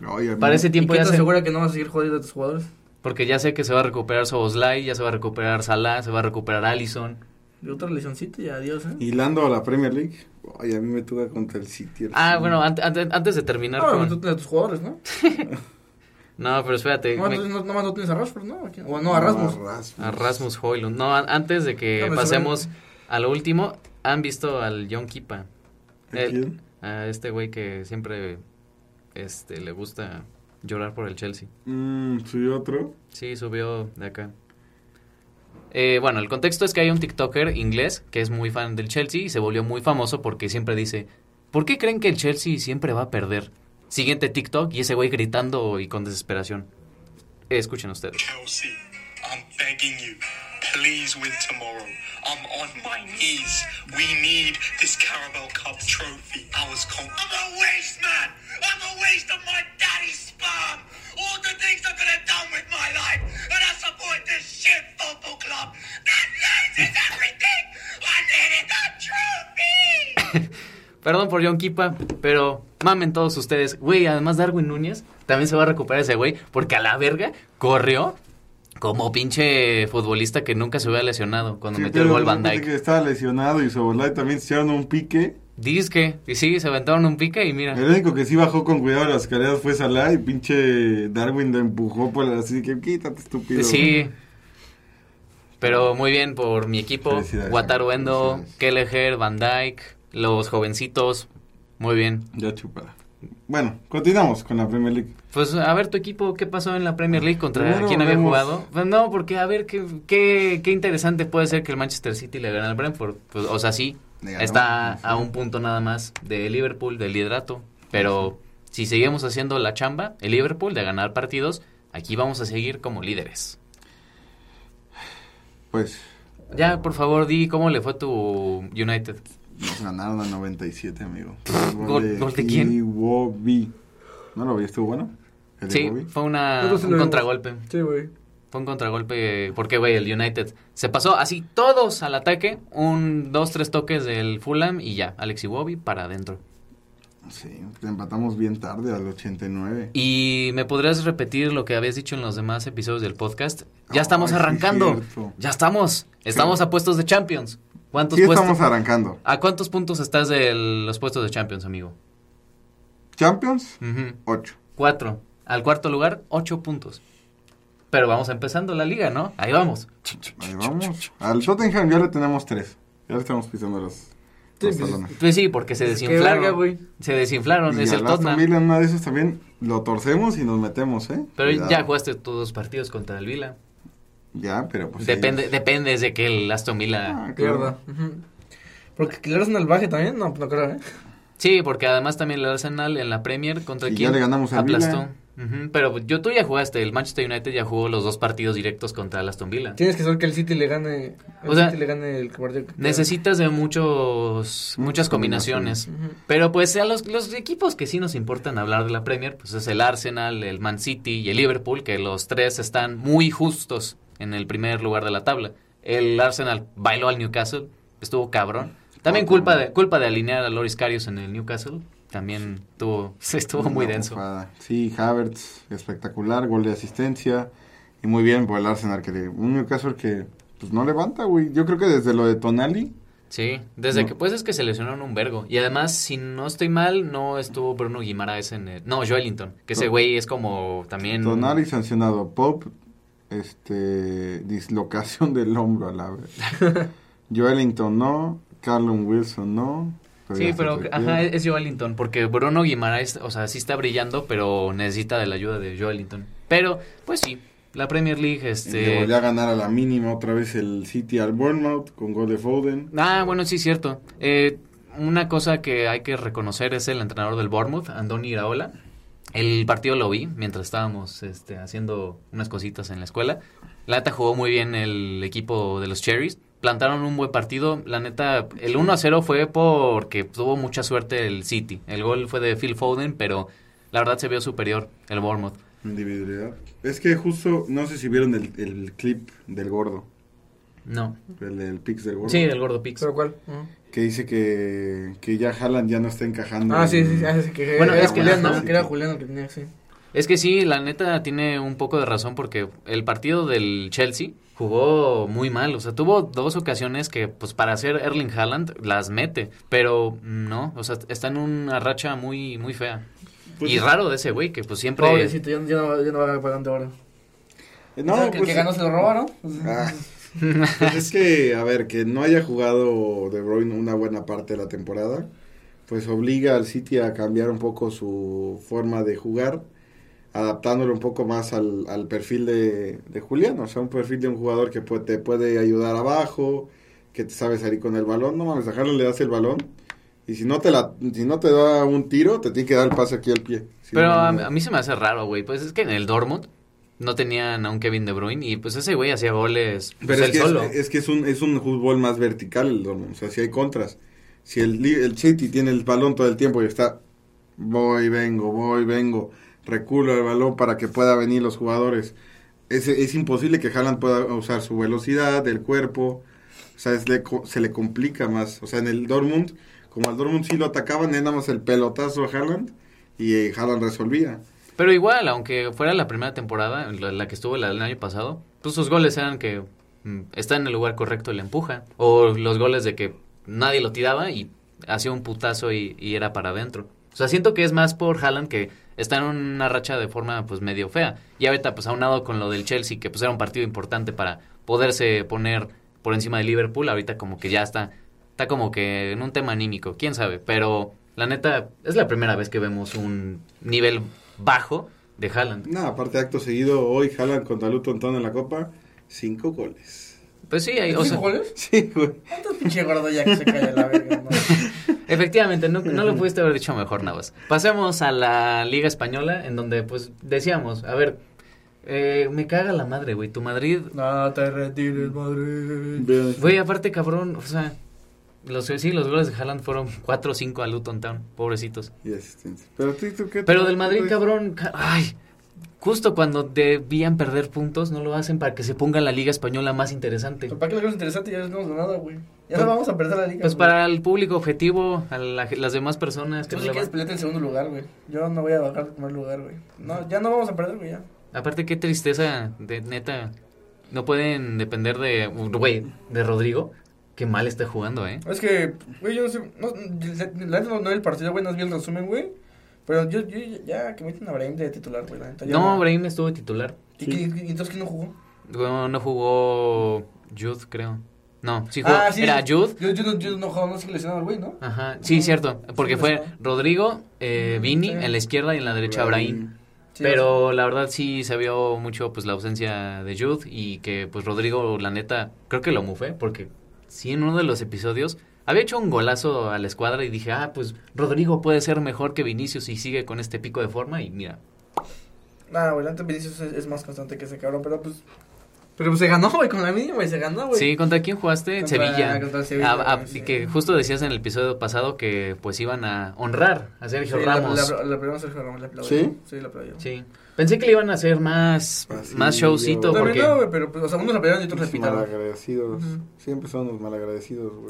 Ay, a mí-
Para ese
¿Y
tiempo
qué
ya
te
se...
asegura que no vas a seguir jodiendo a tus jugadores?
Porque ya sé que se va a recuperar Soboslai, ya se va a recuperar Salah, se va a recuperar Allison.
Y otra lesioncita y adiós, ¿eh?
Hilando a la Premier League. Ay, a mí me toca contra el City. el
Ah,
City.
bueno, ante- ante- antes, de terminar
No,
con-
tú tienes a tus jugadores, ¿no?
No, pero espérate.
No,
me-
entonces, no, nomás no tienes a Rashford, ¿no? ¿O quién? O no, a Rasmus.
No, a Rasmus.
A Rasmus Hoylund. No, an- antes de que
No, pues, me
pasemos a lo último, han visto al John Kipa.
¿A
El-
quién?
A este güey que siempre este, le gusta llorar por el Chelsea.
Mm, soy otro.
Sí, subió de acá. Eh, bueno, el contexto es que hay un TikToker inglés que es muy fan del Chelsea y se volvió muy famoso porque siempre dice, ¿por qué creen que el Chelsea siempre va a perder? Siguiente TikTok y ese güey gritando y con desesperación. Eh, escuchen ustedes.
Chelsea, I'm begging you, please win tomorrow. I'm on my knees. We need this Carabao Cup trophy. I was con- I'm a waste, man. I'm a waste of my daddy's sperm. All the things I could have done with my life, and I support this shit football club that loses everything. I needed that trophy.
Perdón por John Kipa, pero mamen todos ustedes. Güey, además Darwin Núñez también se va a recuperar ese güey, porque a la verga corrió como pinche futbolista que nunca se hubiera lesionado cuando
Sí,
metió el gol
pero
Van
fíjate
Dyke.
que estaba lesionado y Sobolay también se echaron un pique.
Dice que, y sí, se aventaron un pique y mira.
El único que sí bajó con cuidado las escaleras fue Salah y pinche Darwin lo empujó por la... Así que quítate, estúpido.
Sí. Pero muy bien por mi equipo.
Felicidades,
Wataru Endo,
felicidades.
Kelleher, Van Dyke, los jovencitos. Muy bien.
Ya chupada. Bueno, continuamos con la Premier League.
Pues a ver tu equipo, ¿qué pasó en la Premier League? ¿Contra
Primero
quién había
hablemos-
jugado? Pues, no, porque a ver, ¿qué, qué, qué interesante puede ser que el Manchester City le gane al Brentford. Pues, o sea, sí,
Le ganó.
está a un punto nada más de Liverpool, del liderato. Pero si seguimos haciendo la chamba, el Liverpool, de ganar partidos, aquí vamos a seguir como líderes.
Pues
Ya, por favor, di cómo le fue a tu United.
nos ganaron al 97, amigo.
¿gol- gol de quién?
Iwobi. ¿No lo vi? ¿Estuvo bueno? ¿El de
Sí,
Iwobi?
fue una,
Nosotros sí
Ah, un
lo vimos.
contragolpe.
Sí, güey.
Fue un contragolpe porque, güey, el United se pasó así todos al ataque. Un, dos, tres toques del Fulham y ya. Alex Iwobi para adentro.
Sí, empatamos bien tarde, al 89.
Y me podrías repetir lo que habías dicho en los demás episodios del podcast. Ya
Ay,
estamos
sí,
arrancando.
cierto.
ya estamos. Estamos a puestos de Champions. ¿Cuántos
Sí,
puestos?
estamos arrancando.
¿A cuántos puntos estás de los puestos de Champions, amigo?
Champions,
Ujú.
8.
Cuatro. Al cuarto lugar, ocho puntos. Pero vamos empezando la liga, ¿no? Ahí vamos.
Ahí vamos. Al Tottenham ya le tenemos 3. Ya le estamos pisando los, los
pues,
talones.
Pues sí, porque se
Es que
desinflaron.
verga, güey.
se desinflaron,
Y
es el
al Aston
Tottenham.
Villa en una de esas también lo torcemos y nos metemos, ¿eh?
Pero
Cuidado.
ya jugaste tus dos partidos contra el Vila.
Ya, pero pues...
Depende,
sí.
depende de que el Aston Vila.
Ah, claro.
Mierda. Ujú. Porque que el Arsenal baje también, no, no creo, ¿eh?
Sí, porque además también el Arsenal en la Premier contra
Y
el
ya le ganamos al
aplastó.
Vila.
Ujú, Pero yo tú ya jugaste, el Manchester United ya jugó los dos partidos directos contra el Aston Villa.
Tienes que saber que el City le gane. El
O sea,
City le gane el partido. que-
Necesitas de muchos muchas
Muchas
combinaciones.
combinaciones. Ujú.
Pero pues a los, los equipos que sí nos importan hablar de la Premier, pues es el Arsenal, el Man City y el Liverpool, que los tres están muy justos en el primer lugar de la tabla. El Arsenal bailó al Newcastle, estuvo cabrón. También
Otro.
culpa de culpa de alinear a Loris Karius en el Newcastle, también tuvo se estuvo muy
Una
denso.
bufada. Sí, Havertz, espectacular, gol de asistencia. Y muy bien por el Arsenal, que le- un Newcastle que pues no levanta, güey. Yo creo que desde lo de Tonali,
Sí, desde
No.
que pues es que se lesionaron un vergo. Y además, si no estoy mal, no estuvo Bruno Guimaraes en el... No, Joelinton, que ese
No.
güey es como también...
Tonali sancionado, Pope, este, dislocación del hombro a la vez. Joelinton no, Carlon Wilson no. ya
Sí,
se
pero
requiere.
ajá, es Joelinton, porque Bruno Guimaraes, o sea, sí está brillando, pero necesita de la ayuda de Joelinton. Pero, pues sí, la Premier League,
Y Le volvió
este...
a ganar a la mínima otra vez el City al Bournemouth con gol de Foden.
Ah, bueno, sí, cierto. Eh, una cosa que hay que reconocer es el entrenador del Bournemouth, Andoni Iraola. El partido lo vi mientras estábamos este, haciendo unas cositas en la escuela. La neta jugó muy bien el equipo de los Cherries. Plantaron un buen partido. La neta, el 1 a 0 fue porque tuvo mucha suerte el City. El gol fue de Phil Foden, pero la verdad se vio superior el Bournemouth.
Individualidad. Es que justo, no sé si vieron el, el clip del gordo,
No.
el del Pix del gordo.
Sí, el gordo Pix.
¿Pero cuál? Ujú.
Que dice que, que ya Haaland ya no está encajando.
Ah, sí,
en-
sí, sí, ah, sí, que
Bueno,
era
es que-
Julián, ¿no?
ajá.
Que era Julián el que tenía, sí.
Es que sí, la neta tiene un poco de razón porque el partido del Chelsea jugó muy mal, o sea, tuvo dos ocasiones que pues para hacer Erling Haaland las mete, pero no, o sea, está en una racha muy muy fea.
Pues
y
sí.
raro de ese güey que pues siempre
Pobrecito, ya, ya, no, ya no va a ganar pagando ahora.
Eh,
O sea, que el que
sí.
ganó se lo roba, ¿no?
Ah, pues es que, a ver, que no haya jugado De Bruyne una buena parte de la temporada, pues obliga al City a cambiar un poco su forma de jugar, adaptándolo un poco más al, al perfil de, de Julián, o sea, un perfil de un jugador que puede, te puede ayudar abajo, que te sabe salir con el balón, no mames, a Haaland le das el balón, y si no te la, si no te da un tiro, te tiene que dar el pase aquí al pie. Si
Pero
no,
a,
no, no.
a mí se me hace raro, güey, pues es que en el Dortmund no tenían a un Kevin De Bruyne y pues ese güey hacía goles pues,
Pero es
él
que,
solo.
es, es que es un es un fútbol más vertical, el Dortmund, o sea, si hay contras. Si el, li- el City tiene el balón todo el tiempo y está voy, vengo, voy, vengo, reculo el balón para que pueda venir los jugadores. Es, es imposible que Haaland pueda usar su velocidad, el cuerpo, o sea, es le co- se le complica más. O sea, en el Dortmund, como al Dortmund sí lo atacaban, era nada más el pelotazo a Haaland y eh, Haaland resolvía.
Pero igual, aunque fuera la primera temporada, la, la que estuvo la del año pasado, pues sus goles eran que mm, está en el lugar correcto y le empuja. O los goles de que nadie lo tiraba y hacía un putazo y, y era para adentro. O sea, siento que es más por Haaland que está en una racha de forma pues medio fea. Y ahorita pues aunado con lo del Chelsea, que pues era un partido importante para poderse poner por encima de Liverpool, ahorita como que ya está, está como que en un tema anímico, quién sabe, pero la neta es la primera vez que vemos un nivel bajo de Haaland.
Nada, aparte acto seguido, hoy Haaland contra Luton Town en la Copa, cinco goles.
Pues sí, hay, o sea,
¿Cinco goles?
Sí, güey.
¿Cuántos pinche gordo ya que se cae la verga? no?
efectivamente, no, no lo pudiste haber dicho mejor, Navas. Pasemos a la Liga Española, en donde pues decíamos, a ver, Eh, me caga la madre, güey. Tu Madrid.
No te retires, Madrid.
Güey, aparte, cabrón. O sea, los, sí, los goles de Haaland fueron 4 o 5 a Luton Town. Pobrecitos.
Y asistencia. Pero, tú, tú, ¿qué-
Pero
tú-
del Madrid,
tú-
cabrón. ca- Ay. Justo cuando debían perder puntos, no lo hacen para que se ponga la liga española más interesante.
¿Para qué le crees interesante? Ya no ganado nada, güey. Ya no vamos a perder la liga.
Pues
güey.
para el público objetivo, a la- las demás personas que
Tú
no
sí
le
quieres
van.
pelearte en segundo lugar, güey. Yo no voy a bajar del primer lugar, güey. No, ya no vamos a perder, güey, ya.
Aparte, qué tristeza, de neta. No pueden depender de, güey, de Rodrigo. Qué mal está jugando, ¿eh?
Es que, güey, yo no sé. No, la neta no, no vi el partido, güey, no vi el resumen, güey. Pero yo, yo ya que meten a Brahim de titular, güey, la neta. ya
No, Brahim estuvo titular.
¿Y, qué- y entonces quién no jugó?
No, no jugó Jude, creo. No, Ah, sí jugó. Era Jude.
Ah, Yo, yo, no, yo no jugaba, no sé qué lesionado al güey, ¿no?
Ajá, sí, cierto. Porque
Sí,
fue
lesionado.
Rodrigo, eh, Vini
sí.
en la izquierda y en la derecha Brahim.
pues,
Sí,
Pero la verdad sí se vio mucho pues la ausencia de Jude y que pues Rodrigo la neta creo que lo mufé porque sí en uno de los episodios había hecho un golazo a la escuadra y dije, "Ah, pues Rodrigo puede ser mejor que Vinicius si sigue con este pico de forma" y mira,
Nah, güey, la neta Vinicius es, es más constante que ese cabrón, pero pues. Pero pues se ganó, güey, con la mínima y se ganó, güey.
Sí, ¿contra quién jugaste?
Contra-
Sevilla.
contra el Sevilla,
Ah, ah,
güey, sí.
y Que justo decías en el episodio pasado que pues iban a honrar a Sergio
Sí, la-
Ramos.
La la aplaudimos a Sergio Ramos, le aplaudí.
¿Sí?
Sí, le aplaudimos.
Sí. Pensé que le iban a hacer más
Pasillo.
más showcito
No,
porque
También no, güey, pero pues, o sea, unos la pelearon y otros le
Los
pitaron.
malagradecidos.
Ujú.
Siempre son los malagradecidos, güey.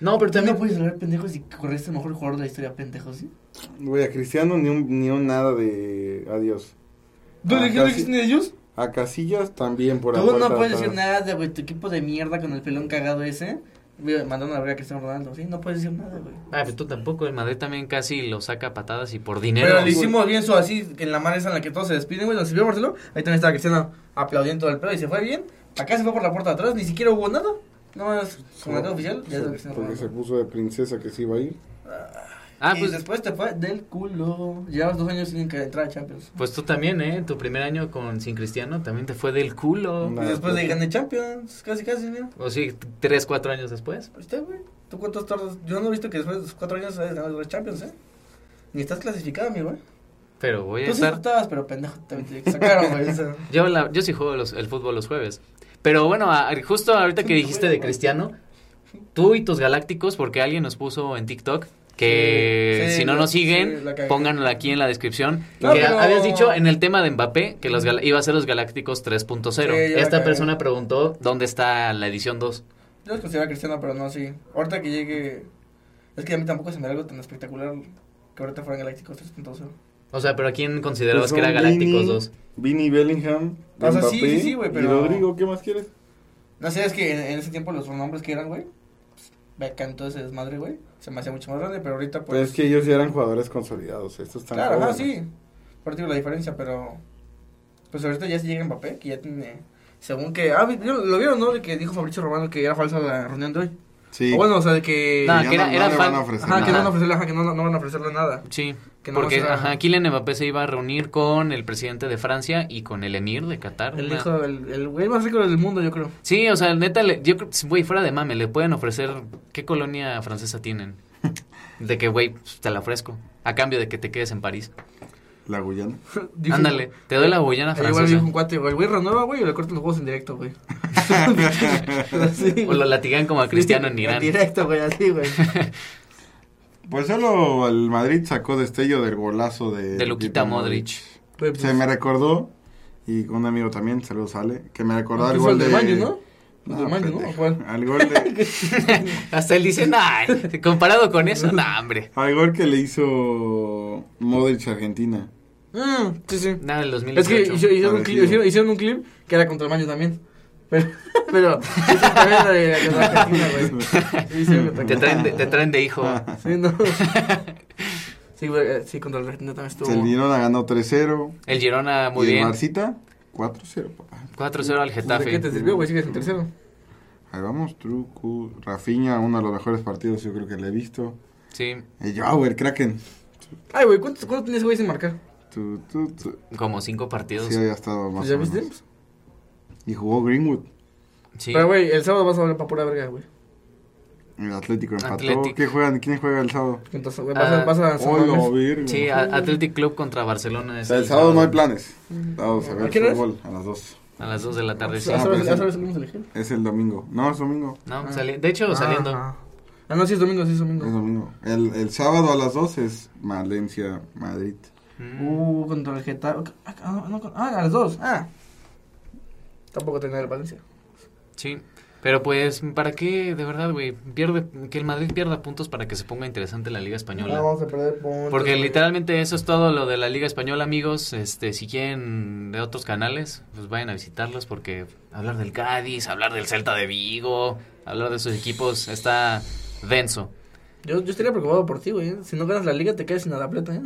No, pero también
puedes hablar pendejos y corriste el mejor jugador de la historia, pendejos, ¿sí?
Güey, a Cristiano ni un, ni un nada de adiós.
¿Tú
Ah,
le no
casi.
dijiste ni de ellos?
A Casillas también por
Tú
aguantar
no puedes
atrás.
decir nada, güey, tu equipo de mierda con el pelón cagado ese. güey, Mandaron a la verga a Cristiano Ronaldo, ¿sí? No puedes decir nada, güey.
Ah, pero tú tampoco, el Madrid también casi lo saca a patadas y por dinero.
Pero le hicimos bien su así, en la mano esa en la que todos se despiden, güey, donde se vio Marcelo. Ahí también estaba Cristiano aplaudiendo todo el pedo y se fue bien. Acá se fue por la puerta de atrás, ni siquiera hubo nada. No más comunicado oficial, ya es lo que Cristiano
Porque se
Ronaldo.
puso de princesa que se iba a ir.
Ah,
y
pues,
después te fue del culo. Llevabas dos años sin que entrar a Champions.
pues tú también, ¿eh? Tu primer año con sin Cristiano también te fue del culo.
No.
y
Nada,
después
pues.
de gané Champions, casi casi, mira.
O sí, t- tres, cuatro años después.
Ahí está, güey. ¿Tú cuántos tardas? Yo no he visto que después de los cuatro años hayas ganado los Champions, ¿eh? Ni estás clasificado, amigo, ¿eh?
Pero voy a
Tú sí
estar...
estabas, pero pendejo, también te sacaron, güey. o sea.
Yo, la- yo sí juego los- el fútbol los jueves. Pero bueno, a- justo ahorita que dijiste de Cristiano, tú y tus galácticos, porque alguien nos puso en TikTok que
Sí, sí,
si no
la-
nos
sí,
siguen,
la cagué.
pónganlo aquí en la descripción.
No,
que
pero-
habías dicho en el tema de Mbappé que los gal- iba a ser los galácticos 3.0.
Sí, ya la
Esta
cagué.
persona preguntó dónde está la edición 2.
Yo los considero cristiano, pero no así. Ahorita que llegue. Es que a mí tampoco se me da algo tan espectacular que ahorita fueran Galácticos 3.0.
O sea, pero ¿a quién considerabas
Pues
que era
son
Galácticos
Vini,
2?
Vini Bellingham,
O sea,
Mbappé
sí, sí, sí, güey,
y
pero- Pues
Rodrigo, ¿qué más quieres?
No sé, es que en, en ese tiempo los nombres que eran, güey. pues, Beckham, todo ese desmadre, güey. Se me hacía mucho más grande, pero ahorita,
Pues,
pues.
es que ellos ya eran jugadores consolidados, estos están
claro, ah,
jóvenes.
sí. Por digo la diferencia, pero. Pues ahorita ya se llega Mbappé, que ya tiene. Según que. Ah, vi- ¿lo vieron, no? De que dijo Fabricio Romano que era falsa la reunión de hoy.
Sí.
O bueno, o sea, de que.
Nah,
ya
que era-
no-
era
no le
fan-
van a ofrecer
Ajá, que no
nada.
van a ofrecerle, ajá, que no, no van a ofrecerle nada.
Sí,
Que nomás
porque
era-
ajá, Kylian Mbappé se iba a reunir con el presidente de Francia y con el emir de Qatar.
El
una-
hijo, el, el güey más rico del mundo, yo creo.
Sí, o sea, neta, le- yo creo, güey, fuera de mame, le pueden ofrecer, ¿qué colonia francesa tienen? De que, güey, pues, te la ofrezco, a cambio de que te quedes en París.
La Guyana.
Dijo-
Ándale, te doy la Guyana
Ahí Igual
francesa.
dijo un cuate, güey, el güey renueva, güey, y le cortan los juegos en directo, güey. Así,
O lo latigan como a Cristiano en
Sí,
Irán.
directo, güey, así, güey.
Pues solo el Madrid sacó destello del golazo de...
De Luquita
Luka
Modric.
Güey, pues,
Se me recordó, y un amigo también, se lo sale, que me recordó el
fue
gol
Pues el
de...
del Manju, ¿no? El
No,
del Manju, ¿no? ¿O
pendejo.
cuál?
Al gol de-
Hasta él dice, nah, comparado con eso, nah, hombre.
al gol que le hizo Modric a Argentina.
Mm, sí, sí.
Nada del
Es que
2018.
hizo- hicieron un, clip,
Parecido.
hicieron, hicieron un clip que era contra el Manju también. Pero, pero, esa es también la de la de Argentina, güey. Sí, sí, contra-
Te traen de, te traen de hijo.
Sí, no. Sí, güey, eh, sí, contra el Argentina también estuvo.
Se el Girona ganó 3-0.
El Girona muy
y el
bien.
Marcita, 4-0, papá.
4-0 al
Pues, ¿De qué te
Getafe.
sirvió, güey? Sigues en tercero.
Ahí vamos, Truco, Rafinha, uno de los mejores partidos yo creo que le he visto.
Sí,
Y Joao, el Kraken.
Ay, güey, ¿cuánto, cuánto tenías, güey, sin marcar?
Tu, tu, tu.
como cinco partidos.
Sí, había estado más
¿Ya
o menos.
viste?
Y jugó Greenwood.
Sí.
Pero, güey, el sábado vas a hablar para pura verga, güey.
El Atlético empató.
Atlético.
¿Qué juegan? ¿Quién juega el sábado?
Entonces, güey, vas, a-
Ah,
vas a San
Hola,
Mamés.
virgo.
Sí, ah, a- Athletic Club contra Barcelona.
O
es
sea, el sábado no hay planes. Vamos a
¿A
ver
qué hora es?
fútbol a las 2.
A las 2 de la tarde. sí.
¿Ya sabes-
Ah,
ya
pues,
sabes cómo se eligió?
Es el domingo. No, es domingo.
No, sali- de hecho, saliendo.
Ah, ah, no, sí es domingo, sí es domingo.
Es domingo. El, el sábado a las 2 es Valencia, Madrid.
Mm.
Uh, contra el Getafe. Ah, ah, no, con- ah, a las dos. Ah. Tampoco tenía el Valencia.
Sí, pero pues, ¿para qué? De verdad, güey, pierde, que el Madrid pierda puntos para que se ponga interesante la Liga Española.
No, Ah, vamos a perder puntos.
Porque
güey.
literalmente eso es todo lo de la Liga Española, amigos. Este, si quieren de otros canales, pues vayan a visitarlos porque hablar del Cádiz, hablar del Celta de Vigo, hablar de sus equipos está denso.
Yo, yo estaría preocupado por ti, güey. Si no ganas la liga, te quedas sin la plata, ¿eh?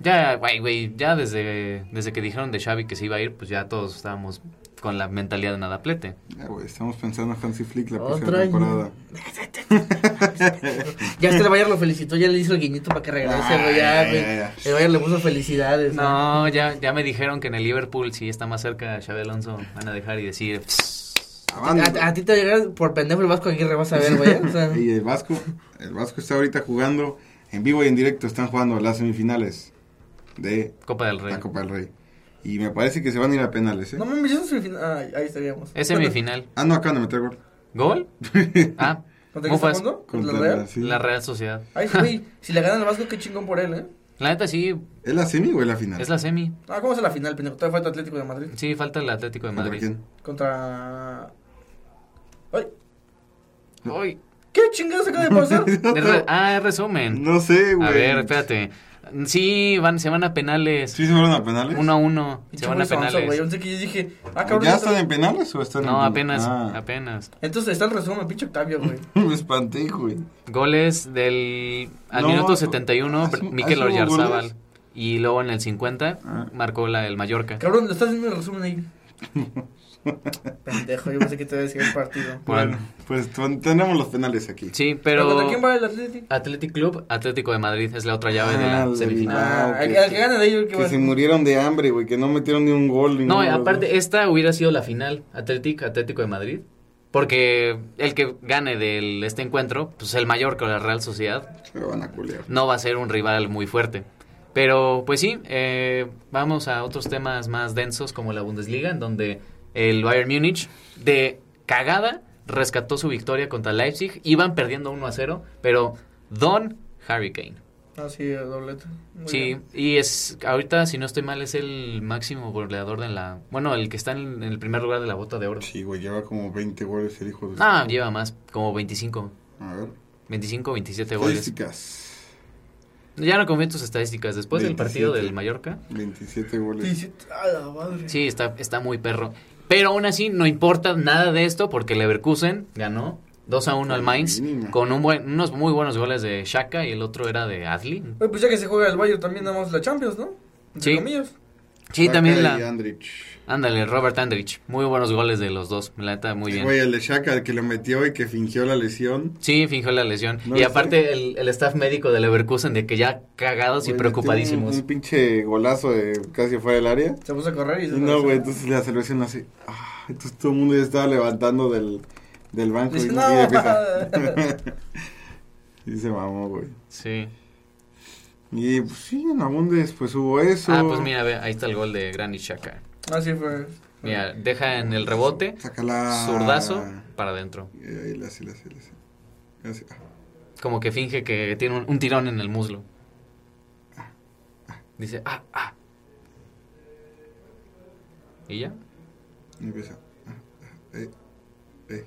Ya, güey, güey, ya desde, desde que dijeron de Xavi que se iba a ir, pues ya todos estábamos con la mentalidad de nadaplete.
Ya, güey, estamos pensando en Hansi Flick la
Otra
próxima temporada.
Ya hasta el Bayern lo felicitó, ya le hizo el guiñito para que regrese, güey. Ya,
Ay,
güey.
ya, ya.
El Bayern le puso felicidades.
No, ya, ya me dijeron que en el Liverpool, si está más cerca Xavi Alonso, van a dejar y decir... "Pss".
güey.
Avanza.
A, a ti te va a llegar por pendejo el Vasco Aguirre, vas a ver, Ah, güey. ¿eh? O sea,
Y el Vasco, el Vasco está ahorita jugando en vivo y en directo, están jugando las semifinales de
Copa del Rey.
la Copa del Rey. Y me parece que se van a ir a penales, ¿eh?
no mames, eso es semifinal. Ah, ahí estaríamos.
Es semifinal.
Ah, no, acaban de meter gol.
¿Gol? Ah,
¿Contra quién está
Mufas.
jugando? ¿Contra el
Contra
Real?
la- sí.
la Real Sociedad.
Ay, güey, si le ganan al Vasco, qué chingón por él, ¿eh?
La neta sí,
¿Es la semi o es la final?
es la semi.
Ah, ¿cómo es la final, pendejo? Todavía falta Atlético de Madrid.
Sí, falta el Atlético de
¿Contra
Madrid.
quién?
Contra. Ay,
Uy,
¿qué chingados acaba de pasar?
de re- ah, es resumen.
No sé, güey.
A ver, espérate. Sí, van, se van a penales.
¿Sí se fueron a penales?
Uno a uno.
Pinche
Se van a
Wilson, güey.
penales.
Yo pensé que yo dije, ah, cabrón.
¿Ya
ya
están
está-
en penales o están en
No, apenas,
Ah.
apenas.
Entonces está el resumen, pinche Octavio, güey.
Me espanté, güey.
Goles del... Al
No,
minuto
no,
71,
¿has-
Mikel
has hubo
Oyarzábal.
goles?
Y luego en el 50,
Ah.
marcó la del Mallorca.
Cabrón, lo estás viendo el resumen ahí. Pendejo, yo pensé que te iba a decir el partido.
Bueno.
Bueno, pues ten- tenemos los penales aquí.
Sí,
Pero
pero...
¿contra quién va el Atlético?
Atlético Club, Atlético de Madrid. Es la otra llave de
Ah,
la
el de
semifinal.
Ah,
Ah,
ok,
al al
sí.
que gana de ellos, que
Que
va.
se murieron de hambre, güey, que no metieron ni un gol. ni
No,
nada,
aparte,
güey.
esta hubiera sido la final, Atlético, Atlético de Madrid. Porque el que gane de este encuentro, pues el Mallorca o la Real Sociedad,
Se van a culear.
no va a ser un rival muy fuerte. Pero, pues sí, eh, vamos a otros temas más densos como la Bundesliga, en donde el Bayern Múnich, de cagada, rescató su victoria contra Leipzig. Iban perdiendo 1 a 0, pero Don Hurricane.
Ah, sí, el doblete. Muy
Sí,
bien.
y es ahorita, si no estoy mal, es el máximo goleador de la... Bueno, el que está en, en el primer lugar de la bota de oro.
Sí, güey, lleva como 20 goles el hijo de...
Ah, lleva más, como 25.
A ver.
25, 27 goles.
Estadísticas.
Ya no confío en tus estadísticas. Después del partido
27.
del Mallorca.
27 goles.
Sí, sí, a la madre.
Sí, está, está muy perro. Pero aún así, no importa nada de esto porque Leverkusen ganó 2 a 1 al Mainz
Mínima.
con un buen, unos muy buenos goles de Shaka y el otro era de Adli.
Oye, pues ya que se juega el Bayern también damos la Champions, ¿no? Entre
Sí.
comillas.
Sí,
Saka
también
y
la.
Andrich.
Ándale, Robert Andrich. Muy buenos goles de los dos. La neta, muy bien.
Güey, el de Shaka, el que lo metió y que fingió la lesión.
Sí, fingió la lesión.
No
y
lo
aparte el, el staff médico de Leverkusen de que ya cagados
Güey,
y
metió
preocupadísimos.
Un, un pinche golazo de casi fuera del área.
Se puso a correr y
Y
se
no, güey, entonces la celebración así. Ah, entonces todo el mundo ya estaba levantando del, del banco.
Dice,
y,
"No".
y empieza. y se mamó, güey.
Sí.
Y pues sí, en la Bundes pues hubo eso.
Ah, pues mira, ve, ahí está el gol de Granit Xhaka.
Ah, sí, fue.
Mira, deja en el rebote,
Sácala.
zurdazo, para adentro.
Y ahí la sí, la sí, la sí. Así, ah.
Como que finge que tiene un, un tirón en el muslo. Dice, ah, ah. ¿Y ya?
Y empieza. ah, ah, eh, eh.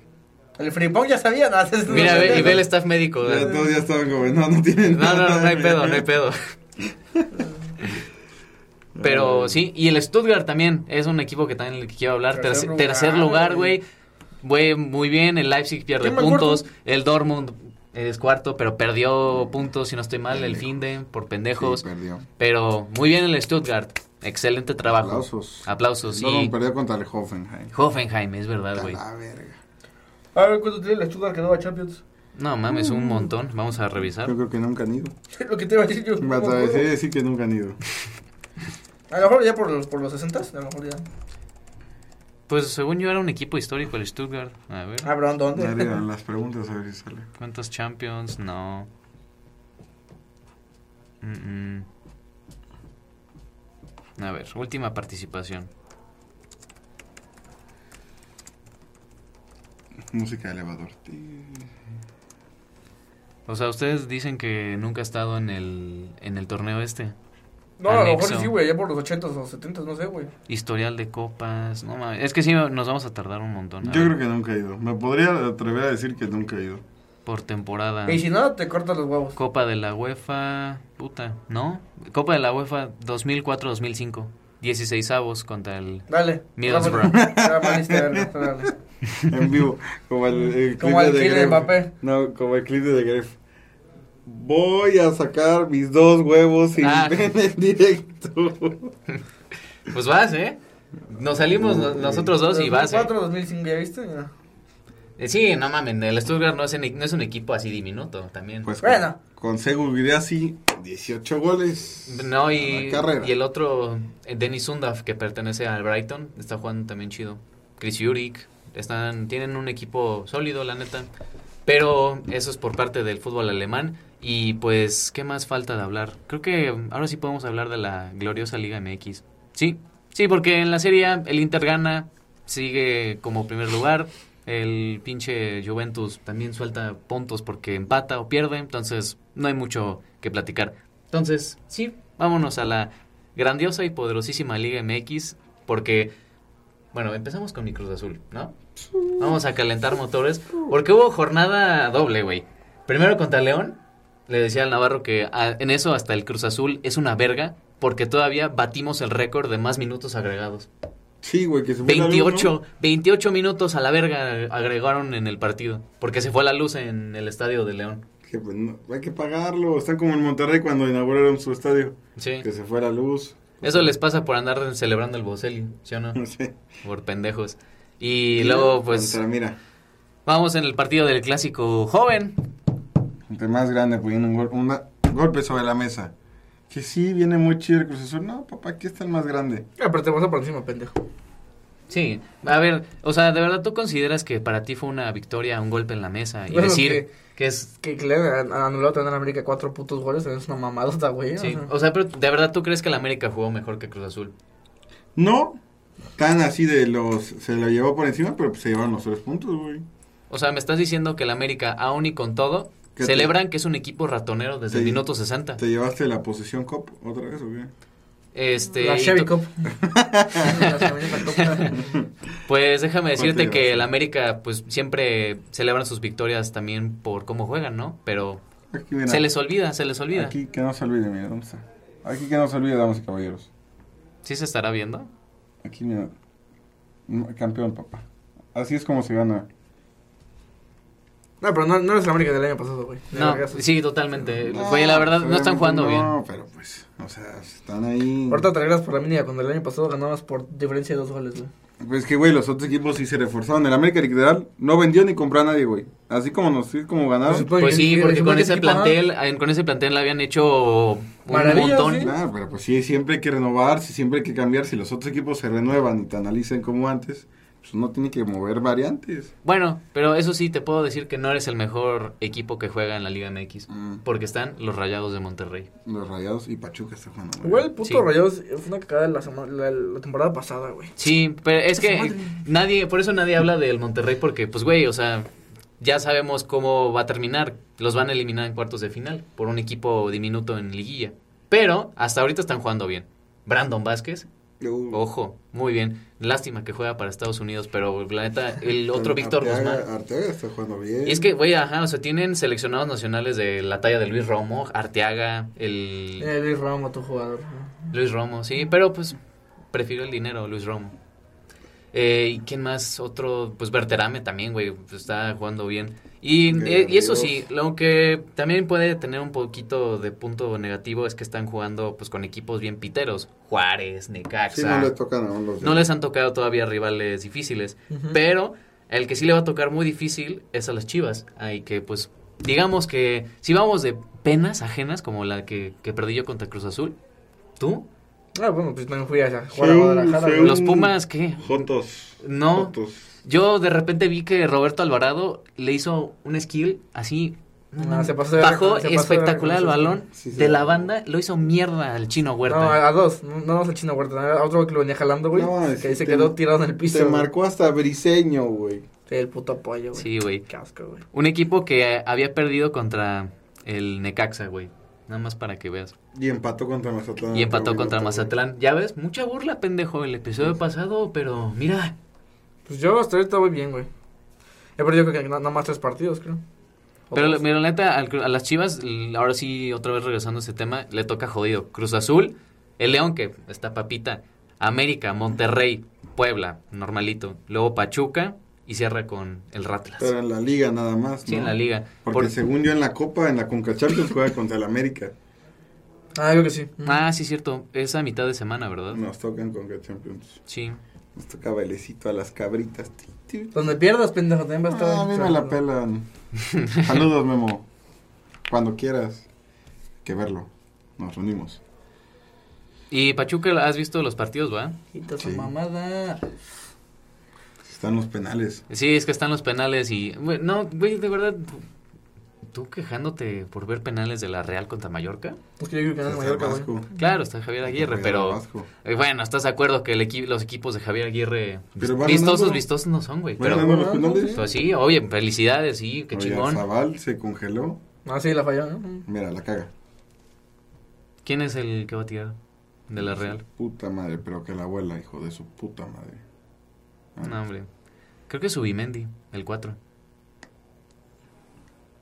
El Frimpong ya sabía, nada. es-
Mira,
no,
ve, y
no,
ve el
no.
staff médico.
Ya todos
No,
ya estaban como, no, no tienen
Pues, no,
nada.
no, no hay pedo, no hay pedo. Pero sí, y el Stuttgart también es un equipo que también le quiero hablar. Tercer,
Tercer
tercer
lugar,
lugar, güey. Güey, muy bien. El Leipzig pierde
¿Quién va
puntos.
cuarto?
El Dortmund es cuarto, pero perdió puntos, si no estoy mal, el fin de por pendejos.
Sí, perdió.
pero muy bien el Stuttgart. Excelente trabajo.
Aplausos.
Aplausos.
No,
Y
perdió contra el Hoffenheim.
Hoffenheim, es verdad,
A
güey.
la verga.
A ver cuánto tiene el Stuttgart que no va a Champions.
No mames,
Mm.
un montón. Vamos a
Yo
revisar.
creo que nunca han ido.
Lo que te iba a decir yo.
Me atravesé de decir que nunca han ido.
A lo mejor ya por los, por los 60, a lo mejor ya.
Pues según yo era un equipo histórico el Stuttgart. A ver.
Ah, pero ¿dónde?
Arriba en las preguntas a ver si sale.
¿Cuántos Champions? No. Mm, mm. A ver, última participación.
Música de elevador.
O sea, ustedes dicen que nunca ha estado en el, en el torneo este.
No, a lo mejor
Anexo.
sí, güey, allá por los 80s o 70s, no sé, güey.
Historial de copas. No mames. Es que sí, nos vamos a tardar un montón. ¿eh? A
Yo
ver,
creo que nunca he ido. Me podría atrever a decir que nunca he ido.
Por temporada.
Y si no, te cortas los huevos.
Copa de la UEFA. Puta, ¿no? Copa de la UEFA 2004-2005. 16 avos contra el.
Dale.
Middlesbrough.
Ya valiste, verga, dale.
En vivo. Como el, el
Como
clip
el clip de
Gref.
Mbappé.
No, como el clip de The Gref. Voy a sacar mis dos huevos y
Ah.
ven en directo.
Pues vas, ¿eh? Nos salimos no- nosotros dos y vas. ¿eh?
2004, 2005, ¿ya viste? Ya.
Eh, Sí, no mames. El Stuttgart no es, en- no es un equipo así diminuto también.
Pues
Bueno.
con, con seguridad sí, 18 goles.
No,
A
y,
la carrera.
y el otro, eh, Denis Sundaf, que pertenece al Brighton, está jugando también chido. Chris Uric, están, tienen un equipo sólido, la neta. Pero eso es por parte del fútbol alemán. Y pues, ¿qué más falta de hablar? Creo que mm, ahora sí podemos hablar de la gloriosa Liga MX. Sí, sí, porque en la serie A, el Inter gana, sigue como primer lugar. El pinche Juventus también suelta puntos porque empata o pierde. Entonces, no hay mucho que platicar. Entonces, sí, vámonos a la grandiosa y poderosísima Liga MX. Porque, bueno, empezamos con mi Cruz Azul, ¿no? Vamos a calentar motores. Porque hubo jornada doble, güey. Primero contra León. Le decía al Navarro que ah, en eso hasta el Cruz Azul es una verga. Porque todavía batimos el récord de más minutos agregados.
Sí, güey, que se fue la luz,
28, 28 minutos a la verga agregaron en el partido, porque se fue la luz en el estadio de León.
¿no? Que, pues, no, hay que pagarlo. Están como en Monterrey cuando inauguraron su estadio.
Sí.
Que se fue la luz.
Eso les pasa por andar celebrando el Bocelli, ¿sí o no?
No sé.
Por pendejos. Y luego, pues,
Contra, mira,
vamos en el partido del clásico joven.
entre más grande poniendo un, gol- una- un golpe sobre la mesa. Que sí, viene muy chido el Cruz Azul. No, papá, aquí está el más grande.
Ya, Ah, pero te vas a por encima, pendejo.
Sí, a ver, o sea, ¿de verdad tú consideras que para ti fue una victoria, un golpe en la mesa? Y
Bueno,
decir
que-
que es
Que le han han anulado también a América cuatro putos goles, también es una mamadota, güey. o
Sí,
sea.
o sea, pero ¿de verdad tú crees que el América jugó mejor que Cruz Azul?
No tan así de los. Se lo llevó por encima, pero pues se llevaron los tres puntos, güey.
O sea, me estás diciendo que el América, aún y con todo,
Que
celebran que es un equipo ratonero desde el
Sí.
minuto 60.
Te llevaste la posición cop otra vez, güey.
Este,
la
y
Chevy
to-
Cup. La Chevy Cup.
Pues déjame decirte
Contigo.
que el América, pues siempre celebran sus victorias también por cómo juegan, ¿no? Pero
Aquí, mira.
se les olvida, se les olvida.
Aquí que no se olvide, mira, ¿dónde está? Aquí que no se olvide, damas y caballeros.
¿Sí se estará viendo?
Aquí, mira. Mm, Campeón, papá. Así es como se gana.
No, pero no, no eres el América del año pasado, güey. De
No,
vergas.
sí, totalmente. Eh, Güey, la verdad, no están
obviamente
jugando
no,
bien.
pero pues, o sea, están ahí.
Ahorita te alegras por la mínima cuando el año pasado ganabas por diferencia de dos goles, güey.
Pues que, güey, los otros equipos sí se reforzaron. El América literal no vendió ni compró a nadie, güey. Así como nos sí, como ganaron.
Pues,
Pues sí,
Oye,
porque
¿y
con
qué
ese
equipo, ah?
plantel, eh, con ese plantel le habían hecho un
Maravillas,
montón.
sí.
Claro, pero pues sí, siempre hay que renovarse, siempre hay que cambiar. Si los otros equipos se renuevan y te analicen como antes, pues uno tiene que mover variantes.
Bueno, pero eso sí, te puedo decir que no eres el mejor equipo que juega en la Liga MX.
Mm.
Porque están los Rayados de Monterrey.
Los rayados y Pachuca está jugando. muy
Güey, el
bien.
puto
Sí.
Rayados eh, fue una cagada la, sema- la, la temporada pasada, güey.
Sí, pero es
Su
que
madre.
nadie, por eso nadie habla del Monterrey porque, pues, güey, o sea, ya sabemos cómo va a terminar. Los van a eliminar en cuartos de final por un equipo diminuto en liguilla. Pero hasta ahorita están jugando bien. Brandon Vázquez,
Uh,
ojo, muy bien. Lástima que juega para Estados Unidos, pero la neta, el otro
Arteaga- ¿eh?
Víctor Guzmán.
Arteaga está jugando bien.
Y es que, güey, ajá, o sea, tienen seleccionados nacionales de la talla de Luis Romo, Arteaga, el
Eh, Luis Ramos, tu jugador. ¿no?
Luis Romo, sí, pero pues prefiero el dinero, Luis Romo. Eh, ¿Y quién más? Otro, pues Berterame también, güey, pues, está jugando bien. Y,
Bien,
eh, y eso
amigos.
sí, lo que también puede tener un poquito de punto negativo es que están jugando pues con equipos bien piteros. Juárez, Necaxa.
Sí, no le tocan a
Pues
uno los
No les han tocado todavía rivales difíciles,
Ujú.
pero el que sí le va a tocar muy difícil es a las Chivas. Hay que, pues, digamos que si vamos de penas ajenas, como la que, que perdí yo contra Cruz Azul, tú
Ah, bueno, pues también fui a jugar a
Según-
Guadalajara. güey.
según-
Los Pumas, ¿qué?
Jotos.
No.
Jotos.
Yo de repente vi que Roberto Alvarado le hizo un skill así. no,
No,
no,
se pasó de-
bajó
se pasó de-
espectacular el balón
Sí, sí.
de la banda, lo hizo mierda al chino Huerta.
No, ah, a, a dos. No, no vamos al chino Huerta. A otro güey que lo venía jalando, güey.
No,
que
sí,
se
te-
quedó tirado en el piso.
Se
güey.
marcó hasta Briseño, güey.
Sí, El puto pollo, güey.
Sí, güey.
Qué asco, güey.
Un equipo que había perdido contra el Necaxa, güey. Nada más para que veas.
Y empató contra Mazatlán.
Y empató contra
Güey.
Mazatlán. Ya ves, mucha burla, pendejo, el episodio pasado, pero mira.
Pues yo hasta ahorita voy bien, güey. He perdido creo que na- nada más tres partidos, creo. O
Pero
dos.
mira, la neta, al Cru- a las Chivas, l- ahora sí, otra vez regresando a ese tema, le toca jodido. Cruz Azul, el León, que está papita, América, Monterrey, Puebla, normalito. Luego Pachuca y cierra con el Ratlas.
Pero en la liga nada más.
sí,
¿no?
en la liga.
Porque
Por-
según yo en la Copa, en la Conca Champions juega contra el América.
Ah, creo que sí. Mm.
Ah, sí, cierto. Es a mitad de semana, ¿verdad?
Nos tocan Conca Champions.
Sí.
Nos toca bailecito a las cabritas. Ti, ti.
Donde pierdas, pendejo, también va a estar.
Ah, a mí me la pelan. Saludos, Memo. Cuando quieras. Hay Que verlo. Nos reunimos.
Y Pachuca, ¿has visto los partidos, va?
Quita su
Sí.
mamada.
Están los penales.
Sí, es que están los penales y... güey, No, güey, de verdad, ¿tú quejándote por ver penales de la Real contra Mallorca?
Es que yo creo que no es
Hasta
Mallorca,
Vasco.
güey.
Claro, está Javier Aguirre,
Hasta
pero...
Vasco.
Eh, Bueno, ¿estás de acuerdo que el equi- los equipos de Javier Aguirre
Pero
vis-
van
pues, vistosos,
ganando.
vistosos no son, güey?
Bueno,
Pero,
dame los
Ah,
penales.
pues sí, oye, felicidades, sí, qué
Oye,
chingón.
Zaval se congeló.
Ah, sí, la falló, ¿no? Mm.
Mira, la caga.
¿Quién es el que va a tirar de la Real?
Puta madre, pero que la abuela, hijo de su puta madre. Ah,
No, hombre. Creo que es Subimendi, el 4.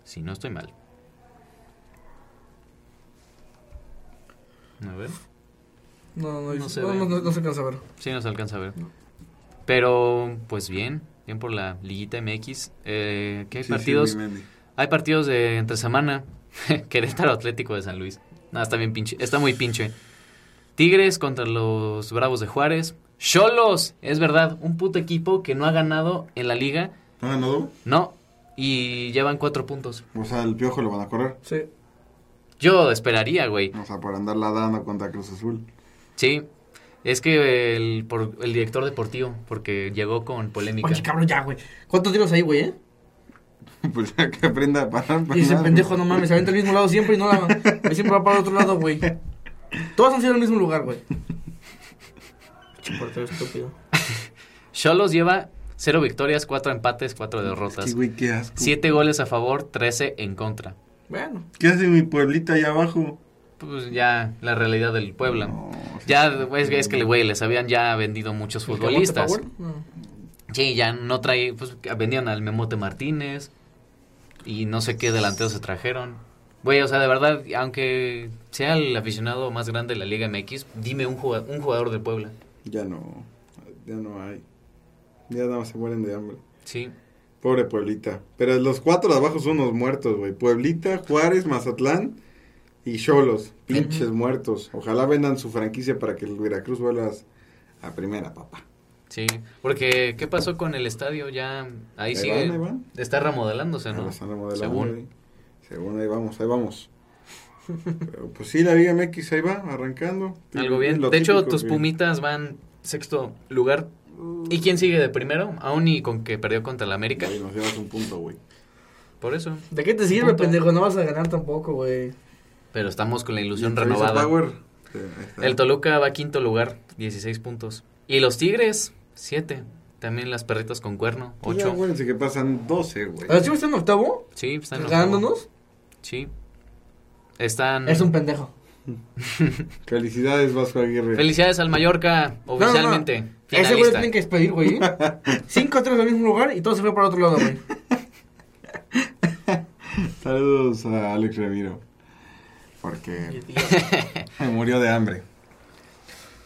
Si no estoy mal. A ver,
No, no,
No
no,
se
se
ve.
no, no, no se alcanza a ver.
sí nos alcanza a ver. Pero, pues bien, bien por la Liguita MX. Eh, ¿Qué
sí, sí,
partidos?
Zubimendi.
Hay partidos de entre semana. Querétaro Atlético de San Luis. No, está bien pinche. Está muy pinche. Tigres contra los Bravos de Juárez. Cholos, es verdad, un puto equipo que no ha ganado en la liga.
¿No ganó?
No, y llevan cuatro puntos.
O sea, el piojo lo van a correr.
Sí.
Yo esperaría, güey.
O sea, por andarla dando contra Cruz Azul.
Sí, es que el, por- el director deportivo, porque llegó con polémica.
Oye, cabrón, ya, güey. ¿Cuántos tiros hay, güey, eh?
pues ya que aprenda a parar.
Y ese
penales.
pendejo, no mames, se avienta al mismo lado siempre y no la... y siempre va para el otro lado, güey. Todos han sido al mismo lugar, güey. Pinche portero estúpido.
Cholos lleva cero victorias, cuatro empates, cuatro derrotas.
Sí, güey, qué asco.
Siete goles a favor, trece en contra.
Bueno.
¿Qué hace mi pueblita allá abajo?
Pues ya la realidad del Puebla.
No, sí,
ya
sí.
es, es que güey, les habían ya vendido muchos futbolistas.
¿El Camote Power? pues, No.
Sí, ya no trae, pues vendían al Memote Martínez y no sé qué delanteros se trajeron. Güey, o sea, de verdad, aunque sea el aficionado más grande de la Liga MX, dime un jugador, un jugador del Puebla.
Ya no. Ya no hay. Ya no, se mueren de hambre.
Sí.
Pobre Pueblita. Pero los cuatro de abajo son los muertos, güey. Pueblita, Juárez, Mazatlán y Cholos. Pinches muertos. Ojalá vendan su franquicia para que el Veracruz vuelva a primera, papá.
Sí, porque ¿qué pasó con el estadio? Ya ahí
Ahí
sigue,
van, ahí Ah, van.
está remodelándose, ¿no?
Ahora están remodelando,
Según.
güey. Según ahí vamos, ahí vamos. Pero, pues sí, la Liga MX ahí va, arrancando.
Algo bien.
Lo
De hecho,
típico
tus
que-
pumitas van sexto lugar. ¿Y quién sigue de primero? Aún y con que perdió contra el América.
Ahí nos llevas un punto, güey.
Por eso.
¿De qué te sirve,
Punto.
pendejo? No vas a ganar tampoco, güey.
Pero estamos con la ilusión
Y Televisa
renovada.
Power, eh, ahí está.
El Toluca va quinto lugar, 16 puntos. Y los Tigres, 7. También las perritas con cuerno,
Pues ya,
8.
acuérdense que pasan 12, güey.
Ah,
¿Los chivas están en octavo?
Sí, pues, están en octavo.
¿Ganándonos?
Sí. Están.
Es un pendejo.
Felicidades, Vasco Aguirre.
Felicidades al Mallorca,
No, no, no.
oficialmente.
Ese
Finalista.
güey lo tienen que despedir, güey. Cinco tres al mismo lugar y todo se fue para otro lado, güey.
Saludos a Alex Ramiro. Porque me murió de hambre.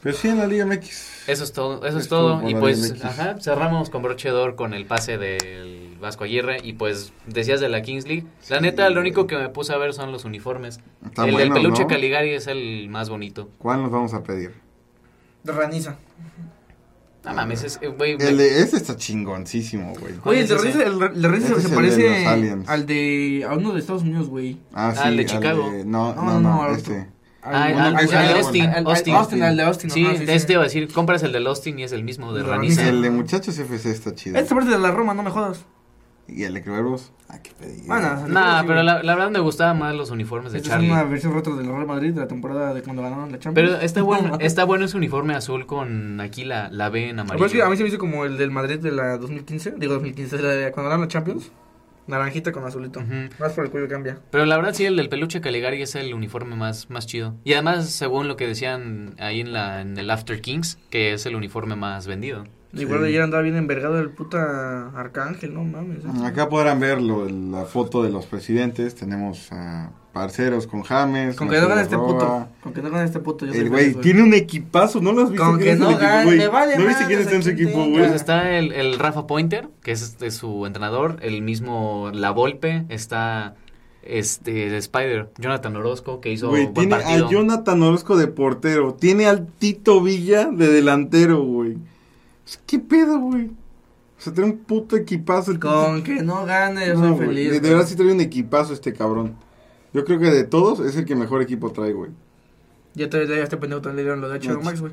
Pero sí, en la Liga MX.
Eso es todo, eso es
Es todo
todo.
por
Y
la
pues,
MX.
ajá, cerramos con broche de oro con el pase del Vasco Aguirre. Y pues, decías de la Kings League. La
Sí,
neta, lo
güey.
único que me puse a ver son los uniformes.
Están
el del
buenos,
peluche
¿no?
Caligari es el más bonito.
¿Cuál nos vamos a pedir?
De Raniza.
No mames, es, eh, güey. me-
El de- ese está chingoncísimo, güey.
¿Cuál
Oye, el
es
de
ese?
Raniza, el, el de Raniza
Ese es
se
el de
parece
los aliens.
al de. a uno de Estados Unidos, güey.
Ah, sí,
Ah, el de
al
Chicago.
No, no,
No,
no,
no, al otro.
este.
Ah,
Al-
al- al
al- al-
Austin,
al- al-
Austin.
Austin, al de Austin.
Sí,
ajá,
de este iba a decir, compras el del Austin y es el mismo de
De
Raniza.
El de muchachos FC está chido.
Este parte de la Roma, no me jodas.
Y el de Criberos. Ah, qué pedido.
Bueno,
Nah,
sí,
pero
güey.
la, la verdad me gustaban más los uniformes de
Esta es una
Charlie.
versión retro del Real Madrid de la temporada de cuando ganaron la Champions.
Pero está bueno, está bueno ese uniforme azul con aquí la, la B en
Pero es que a mí
amarillo.
se me hizo como el del Madrid de la 2015. Digo, 2015, la de cuando ganaron la Champions. Naranjita con azulito.
Ujú.
Más por el cuello cambia.
Pero la verdad sí, el del peluche Caligari es el uniforme más, más chido. Y además, según lo que decían ahí en, la, en el After Kings, que es el uniforme más vendido.
Igual
Sí.
ayer andaba bien envergado el puta Arcángel, no mames. eh.
Acá podrán ver lo- la foto de los presidentes. Tenemos a parceros con James.
Con que no gane este
Marcelo
puto.
Roa.
Con que no gane este puto. Yo
pues,
soy
El güey
feliz,
tiene un equipazo. ¿No lo has visto?
Con
quién
que
es el
no
equipo,
gane,
güey?
me vale
¿No viste quién
madres
está en su
a quién
equipo,
tenga.
güey?
Pues está el, el Rafa Pointer, que es este, su entrenador, el mismo La Volpe, está este Spider, Jonathan Orozco, que hizo
Güey,
buen
tiene
partido.
a Jonathan Orozco de portero. Tiene al Tito Villa de delantero, güey. O sea, ¿Qué pedo, güey? O sea, trae un puto equipazo. El
Con que no gane, yo
No,
soy
güey,
feliz.
De, de verdad sí trae un equipazo este cabrón. Yo creo que de todos es el que mejor equipo trae, güey.
Ya te ya este pendejo también le dieron lo de HBO
Mach.
Max, güey.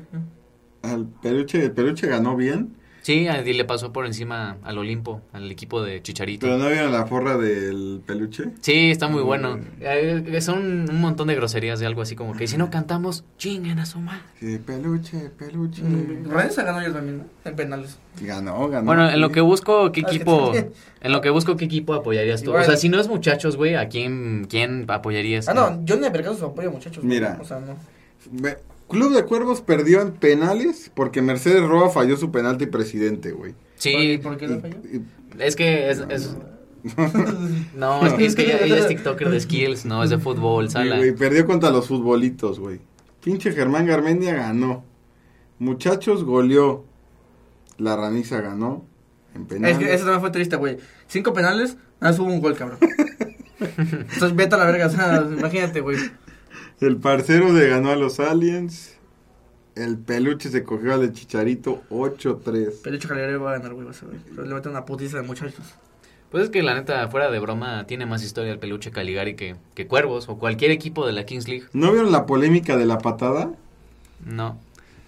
Al Peluche, el Peluche ganó bien,
Sí, a- y le pasó por encima al Olimpo, al equipo de Chicharito.
pero no Mm. vieron la forra del Peluche.
Sí, está muy bueno. Eh, Son un montón de groserías de algo así como que si no cantamos, chinguen a su madre.
Sí, peluche, peluche.
Rennes ganó yo también, ¿no? En penales.
Ganó, ganó.
Bueno, en lo
sí.
que busco, ¿qué
Ah, es que
equipo?
también.
En lo que busco, ¿qué equipo apoyarías tú?
Igual.
O sea, si no es muchachos, güey, ¿a quién, quién apoyarías?
Ah, no, yo ni mercado su apoyo, muchachos. güey.
Mira.
O sea, no.
Ve- Club de Cuervos perdió en penales porque Mercedes Roa falló su penalti presidente, güey.
Sí,
¿Por, por qué
Y-
le falló?
y-
es que es... es- No, es que, es que ella, ella es TikToker de skills, no, es de fútbol,
Sí,
sala.
güey, perdió contra los futbolitos, güey. Pinche Germán Garmendia ganó. Muchachos goleó. La raniza ganó. En penales.
Es que eso también fue triste, güey. Cinco penales, nada más hubo un gol, cabrón. Entonces vete a la verga, o sea, imagínate, güey.
El parcero le ganó a los aliens. El peluche se cogió al de Chicharito 8-3.
Peluche Calera va a ganar, güey, vas a ver. Pero le meten una putiza de muchachos.
Pues es que la neta, fuera de broma, tiene más historia el peluche Caligari que, que Cuervos o cualquier equipo de la Kings League.
¿No vieron la polémica de la patada?
No.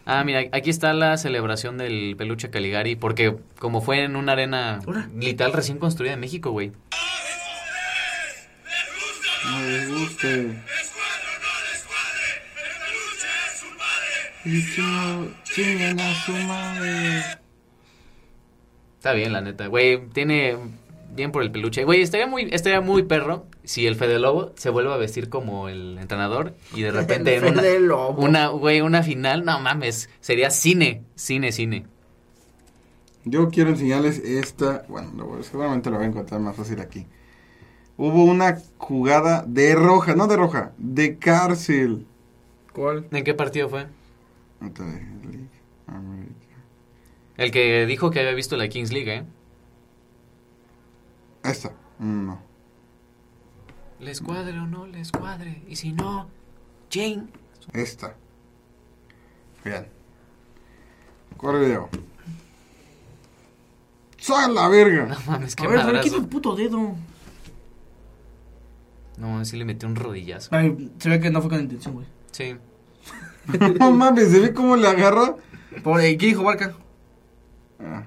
Ah, mira, aquí está la celebración del peluche Caligari, porque como fue en una arena
Ura.
literal recién construida en México, güey.
No les guste. Y chao, chingan a su madre.
Está bien, la neta, güey, tiene bien por el peluche. Güey, estaría muy, estaría muy perro si el Fede Lobo se vuelve a vestir como el entrenador y de repente en una,
Fede Lobo.
una, güey, una final, no mames, sería cine, cine, cine.
Yo quiero enseñarles esta. Bueno, lo- seguramente lo voy a encontrar más fácil aquí. Hubo una jugada de roja, no de roja, de cárcel.
¿Cuál?
¿En qué partido fue?
Entonces, League América.
El que dijo que había visto la Kings League, ¿eh?
Esta, mm, no.
Les cuadre o no les cuadre. Y si no, ching.
Esta. Vean. Corre video. ¡Sal la verga!
No mames, qué
A ver, a ver,
madrazo.
quita el puto dedo.
No, sí le metió un rodillazo.
Ay, se ve que no fue con intención, güey.
Sí.
No mames, se ve cómo le agarra.
Pobre, ¿y ¿qué dijo Barca?
Ah,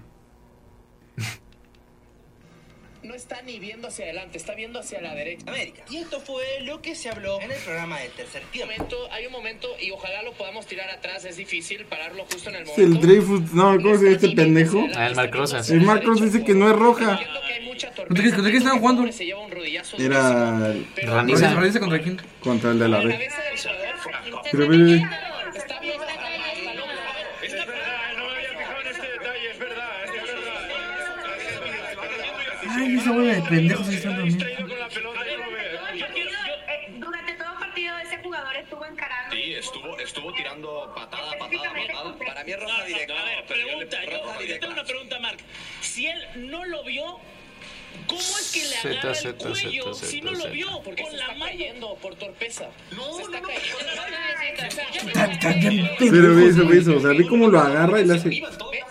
no está ni viendo hacia adelante, está viendo hacia la derecha. América. Y esto fue lo que se habló en el programa del tercer tiempo. hay un momento, y ojalá lo podamos tirar atrás, es difícil pararlo justo en el
es
momento.
el Dreyfus. No, ¿cómo se ve este pendejo?
Ah, el Marc Rosas.
El Marcos dice que no es roja.
¿Con
¿Con qué- con qué estaban jugando?
Era
Raniza.
¿Raniza ¿Raniza contra quién?
contra el de la
La
red.
cabeza del jugador, Franco.
Pero ve, ve, ve.
Está bien, está bien, está bien.
Es verdad, no me había fijado en este detalle, es verdad, es verdad.
Ay, esa bola de pendejos ahí están dormidos.
Distraído con la pelota, Robert.
Yo quiero- yo, eh, durante todo el partido ese jugador estuvo encarando.
Sí, estuvo, estuvo tirando patada, patada,
Específicamente
patada.
contra-
Para mí es
No,
roja
no,
directa.
a ver,
pero yo le-
pregunta,
roja
yo, yo
directa.
tengo una pregunta, Mark. Si él no lo vio, ¿cómo es que le
Zeta,
agarra el
zeta,
cuello
zeta,
si
zeta,
no lo
zeta.
vio? Porque con la mano yendo por torpeza. No, no, no.
Están bien
Pero ve
pendejos.
eso, ve eso. O sea, ve cómo lo agarra y le hace.
Ve,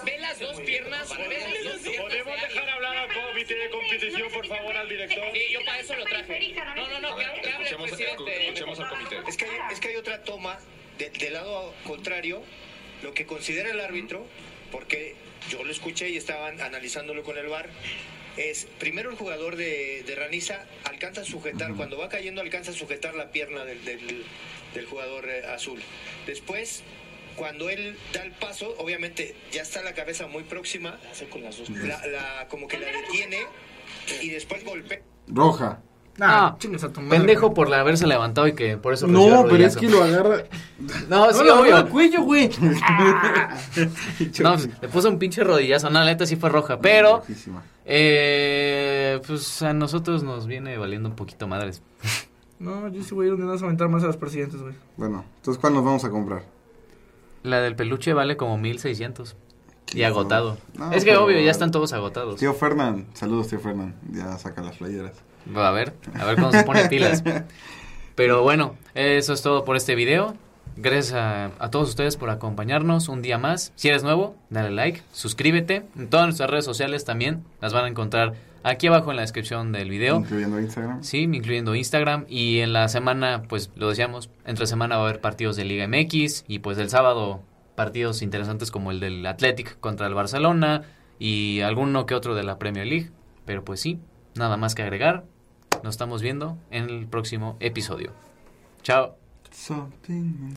ve las dos piernas, ve las dos
¿Podemos
piernas.
dejar hablar al comité de competición, por favor, al director?
Sí, yo para eso lo traje. No, no, no, que, que hable el
Escuchemos,
presidente.
escu- escuchemos al comité.
Es que-
hay otra
una toma de- del lado contrario, lo que considera el árbitro, porque yo lo escuché y estaban analizándolo con el VAR, es primero el jugador de, de Raniza alcanza a sujetar, cuando va cayendo alcanza a sujetar la pierna del, del- del jugador eh, azul. Después, cuando él da el paso, obviamente ya está la cabeza muy próxima, la- la- como que la detiene y después golpea.
Roja.
Nah,
Ah,
chingas a tu madre.
Pendejo por la haberse levantado y que por eso recibió
No, Oh, pero es
rodillazo.
que lo agarra.
No,
No
sí,
le agarró el
obvio.
cuello, güey.
Ah.
No, pues, le puso un pinche rodillazo. No, la neta sí fue roja. Ah, Pero,
Rojísima.
eh, pues a nosotros nos viene valiendo un poquito madres.
No, yo sí voy a ir donde vas a aventar más a los presidentes, güey.
Bueno, entonces, ¿cuál nos vamos a comprar?
La del peluche vale como 1600. Y
Hijo.
agotado.
No,
es que
pero-
obvio, ya están todos agotados.
Tío Fernán, saludos, tío Fernán. Ya saca las playeras.
Va, A ver, a ver cuándo se pone pilas. Pero bueno, eso es todo por este video. Gracias a, a todos ustedes por acompañarnos un día más. Si eres nuevo, dale like, suscríbete. En todas nuestras redes sociales también las van a encontrar aquí abajo en la descripción del video.
Incluyendo Instagram.
Sí, incluyendo Instagram. Y en la semana, pues lo decíamos, entre semana va a haber partidos de Liga MX y pues el sábado partidos interesantes como el del Athletic contra el Barcelona y alguno que otro de la Premier League. Pero pues sí, nada más que agregar. Nos estamos viendo en el próximo episodio. Chao.
Something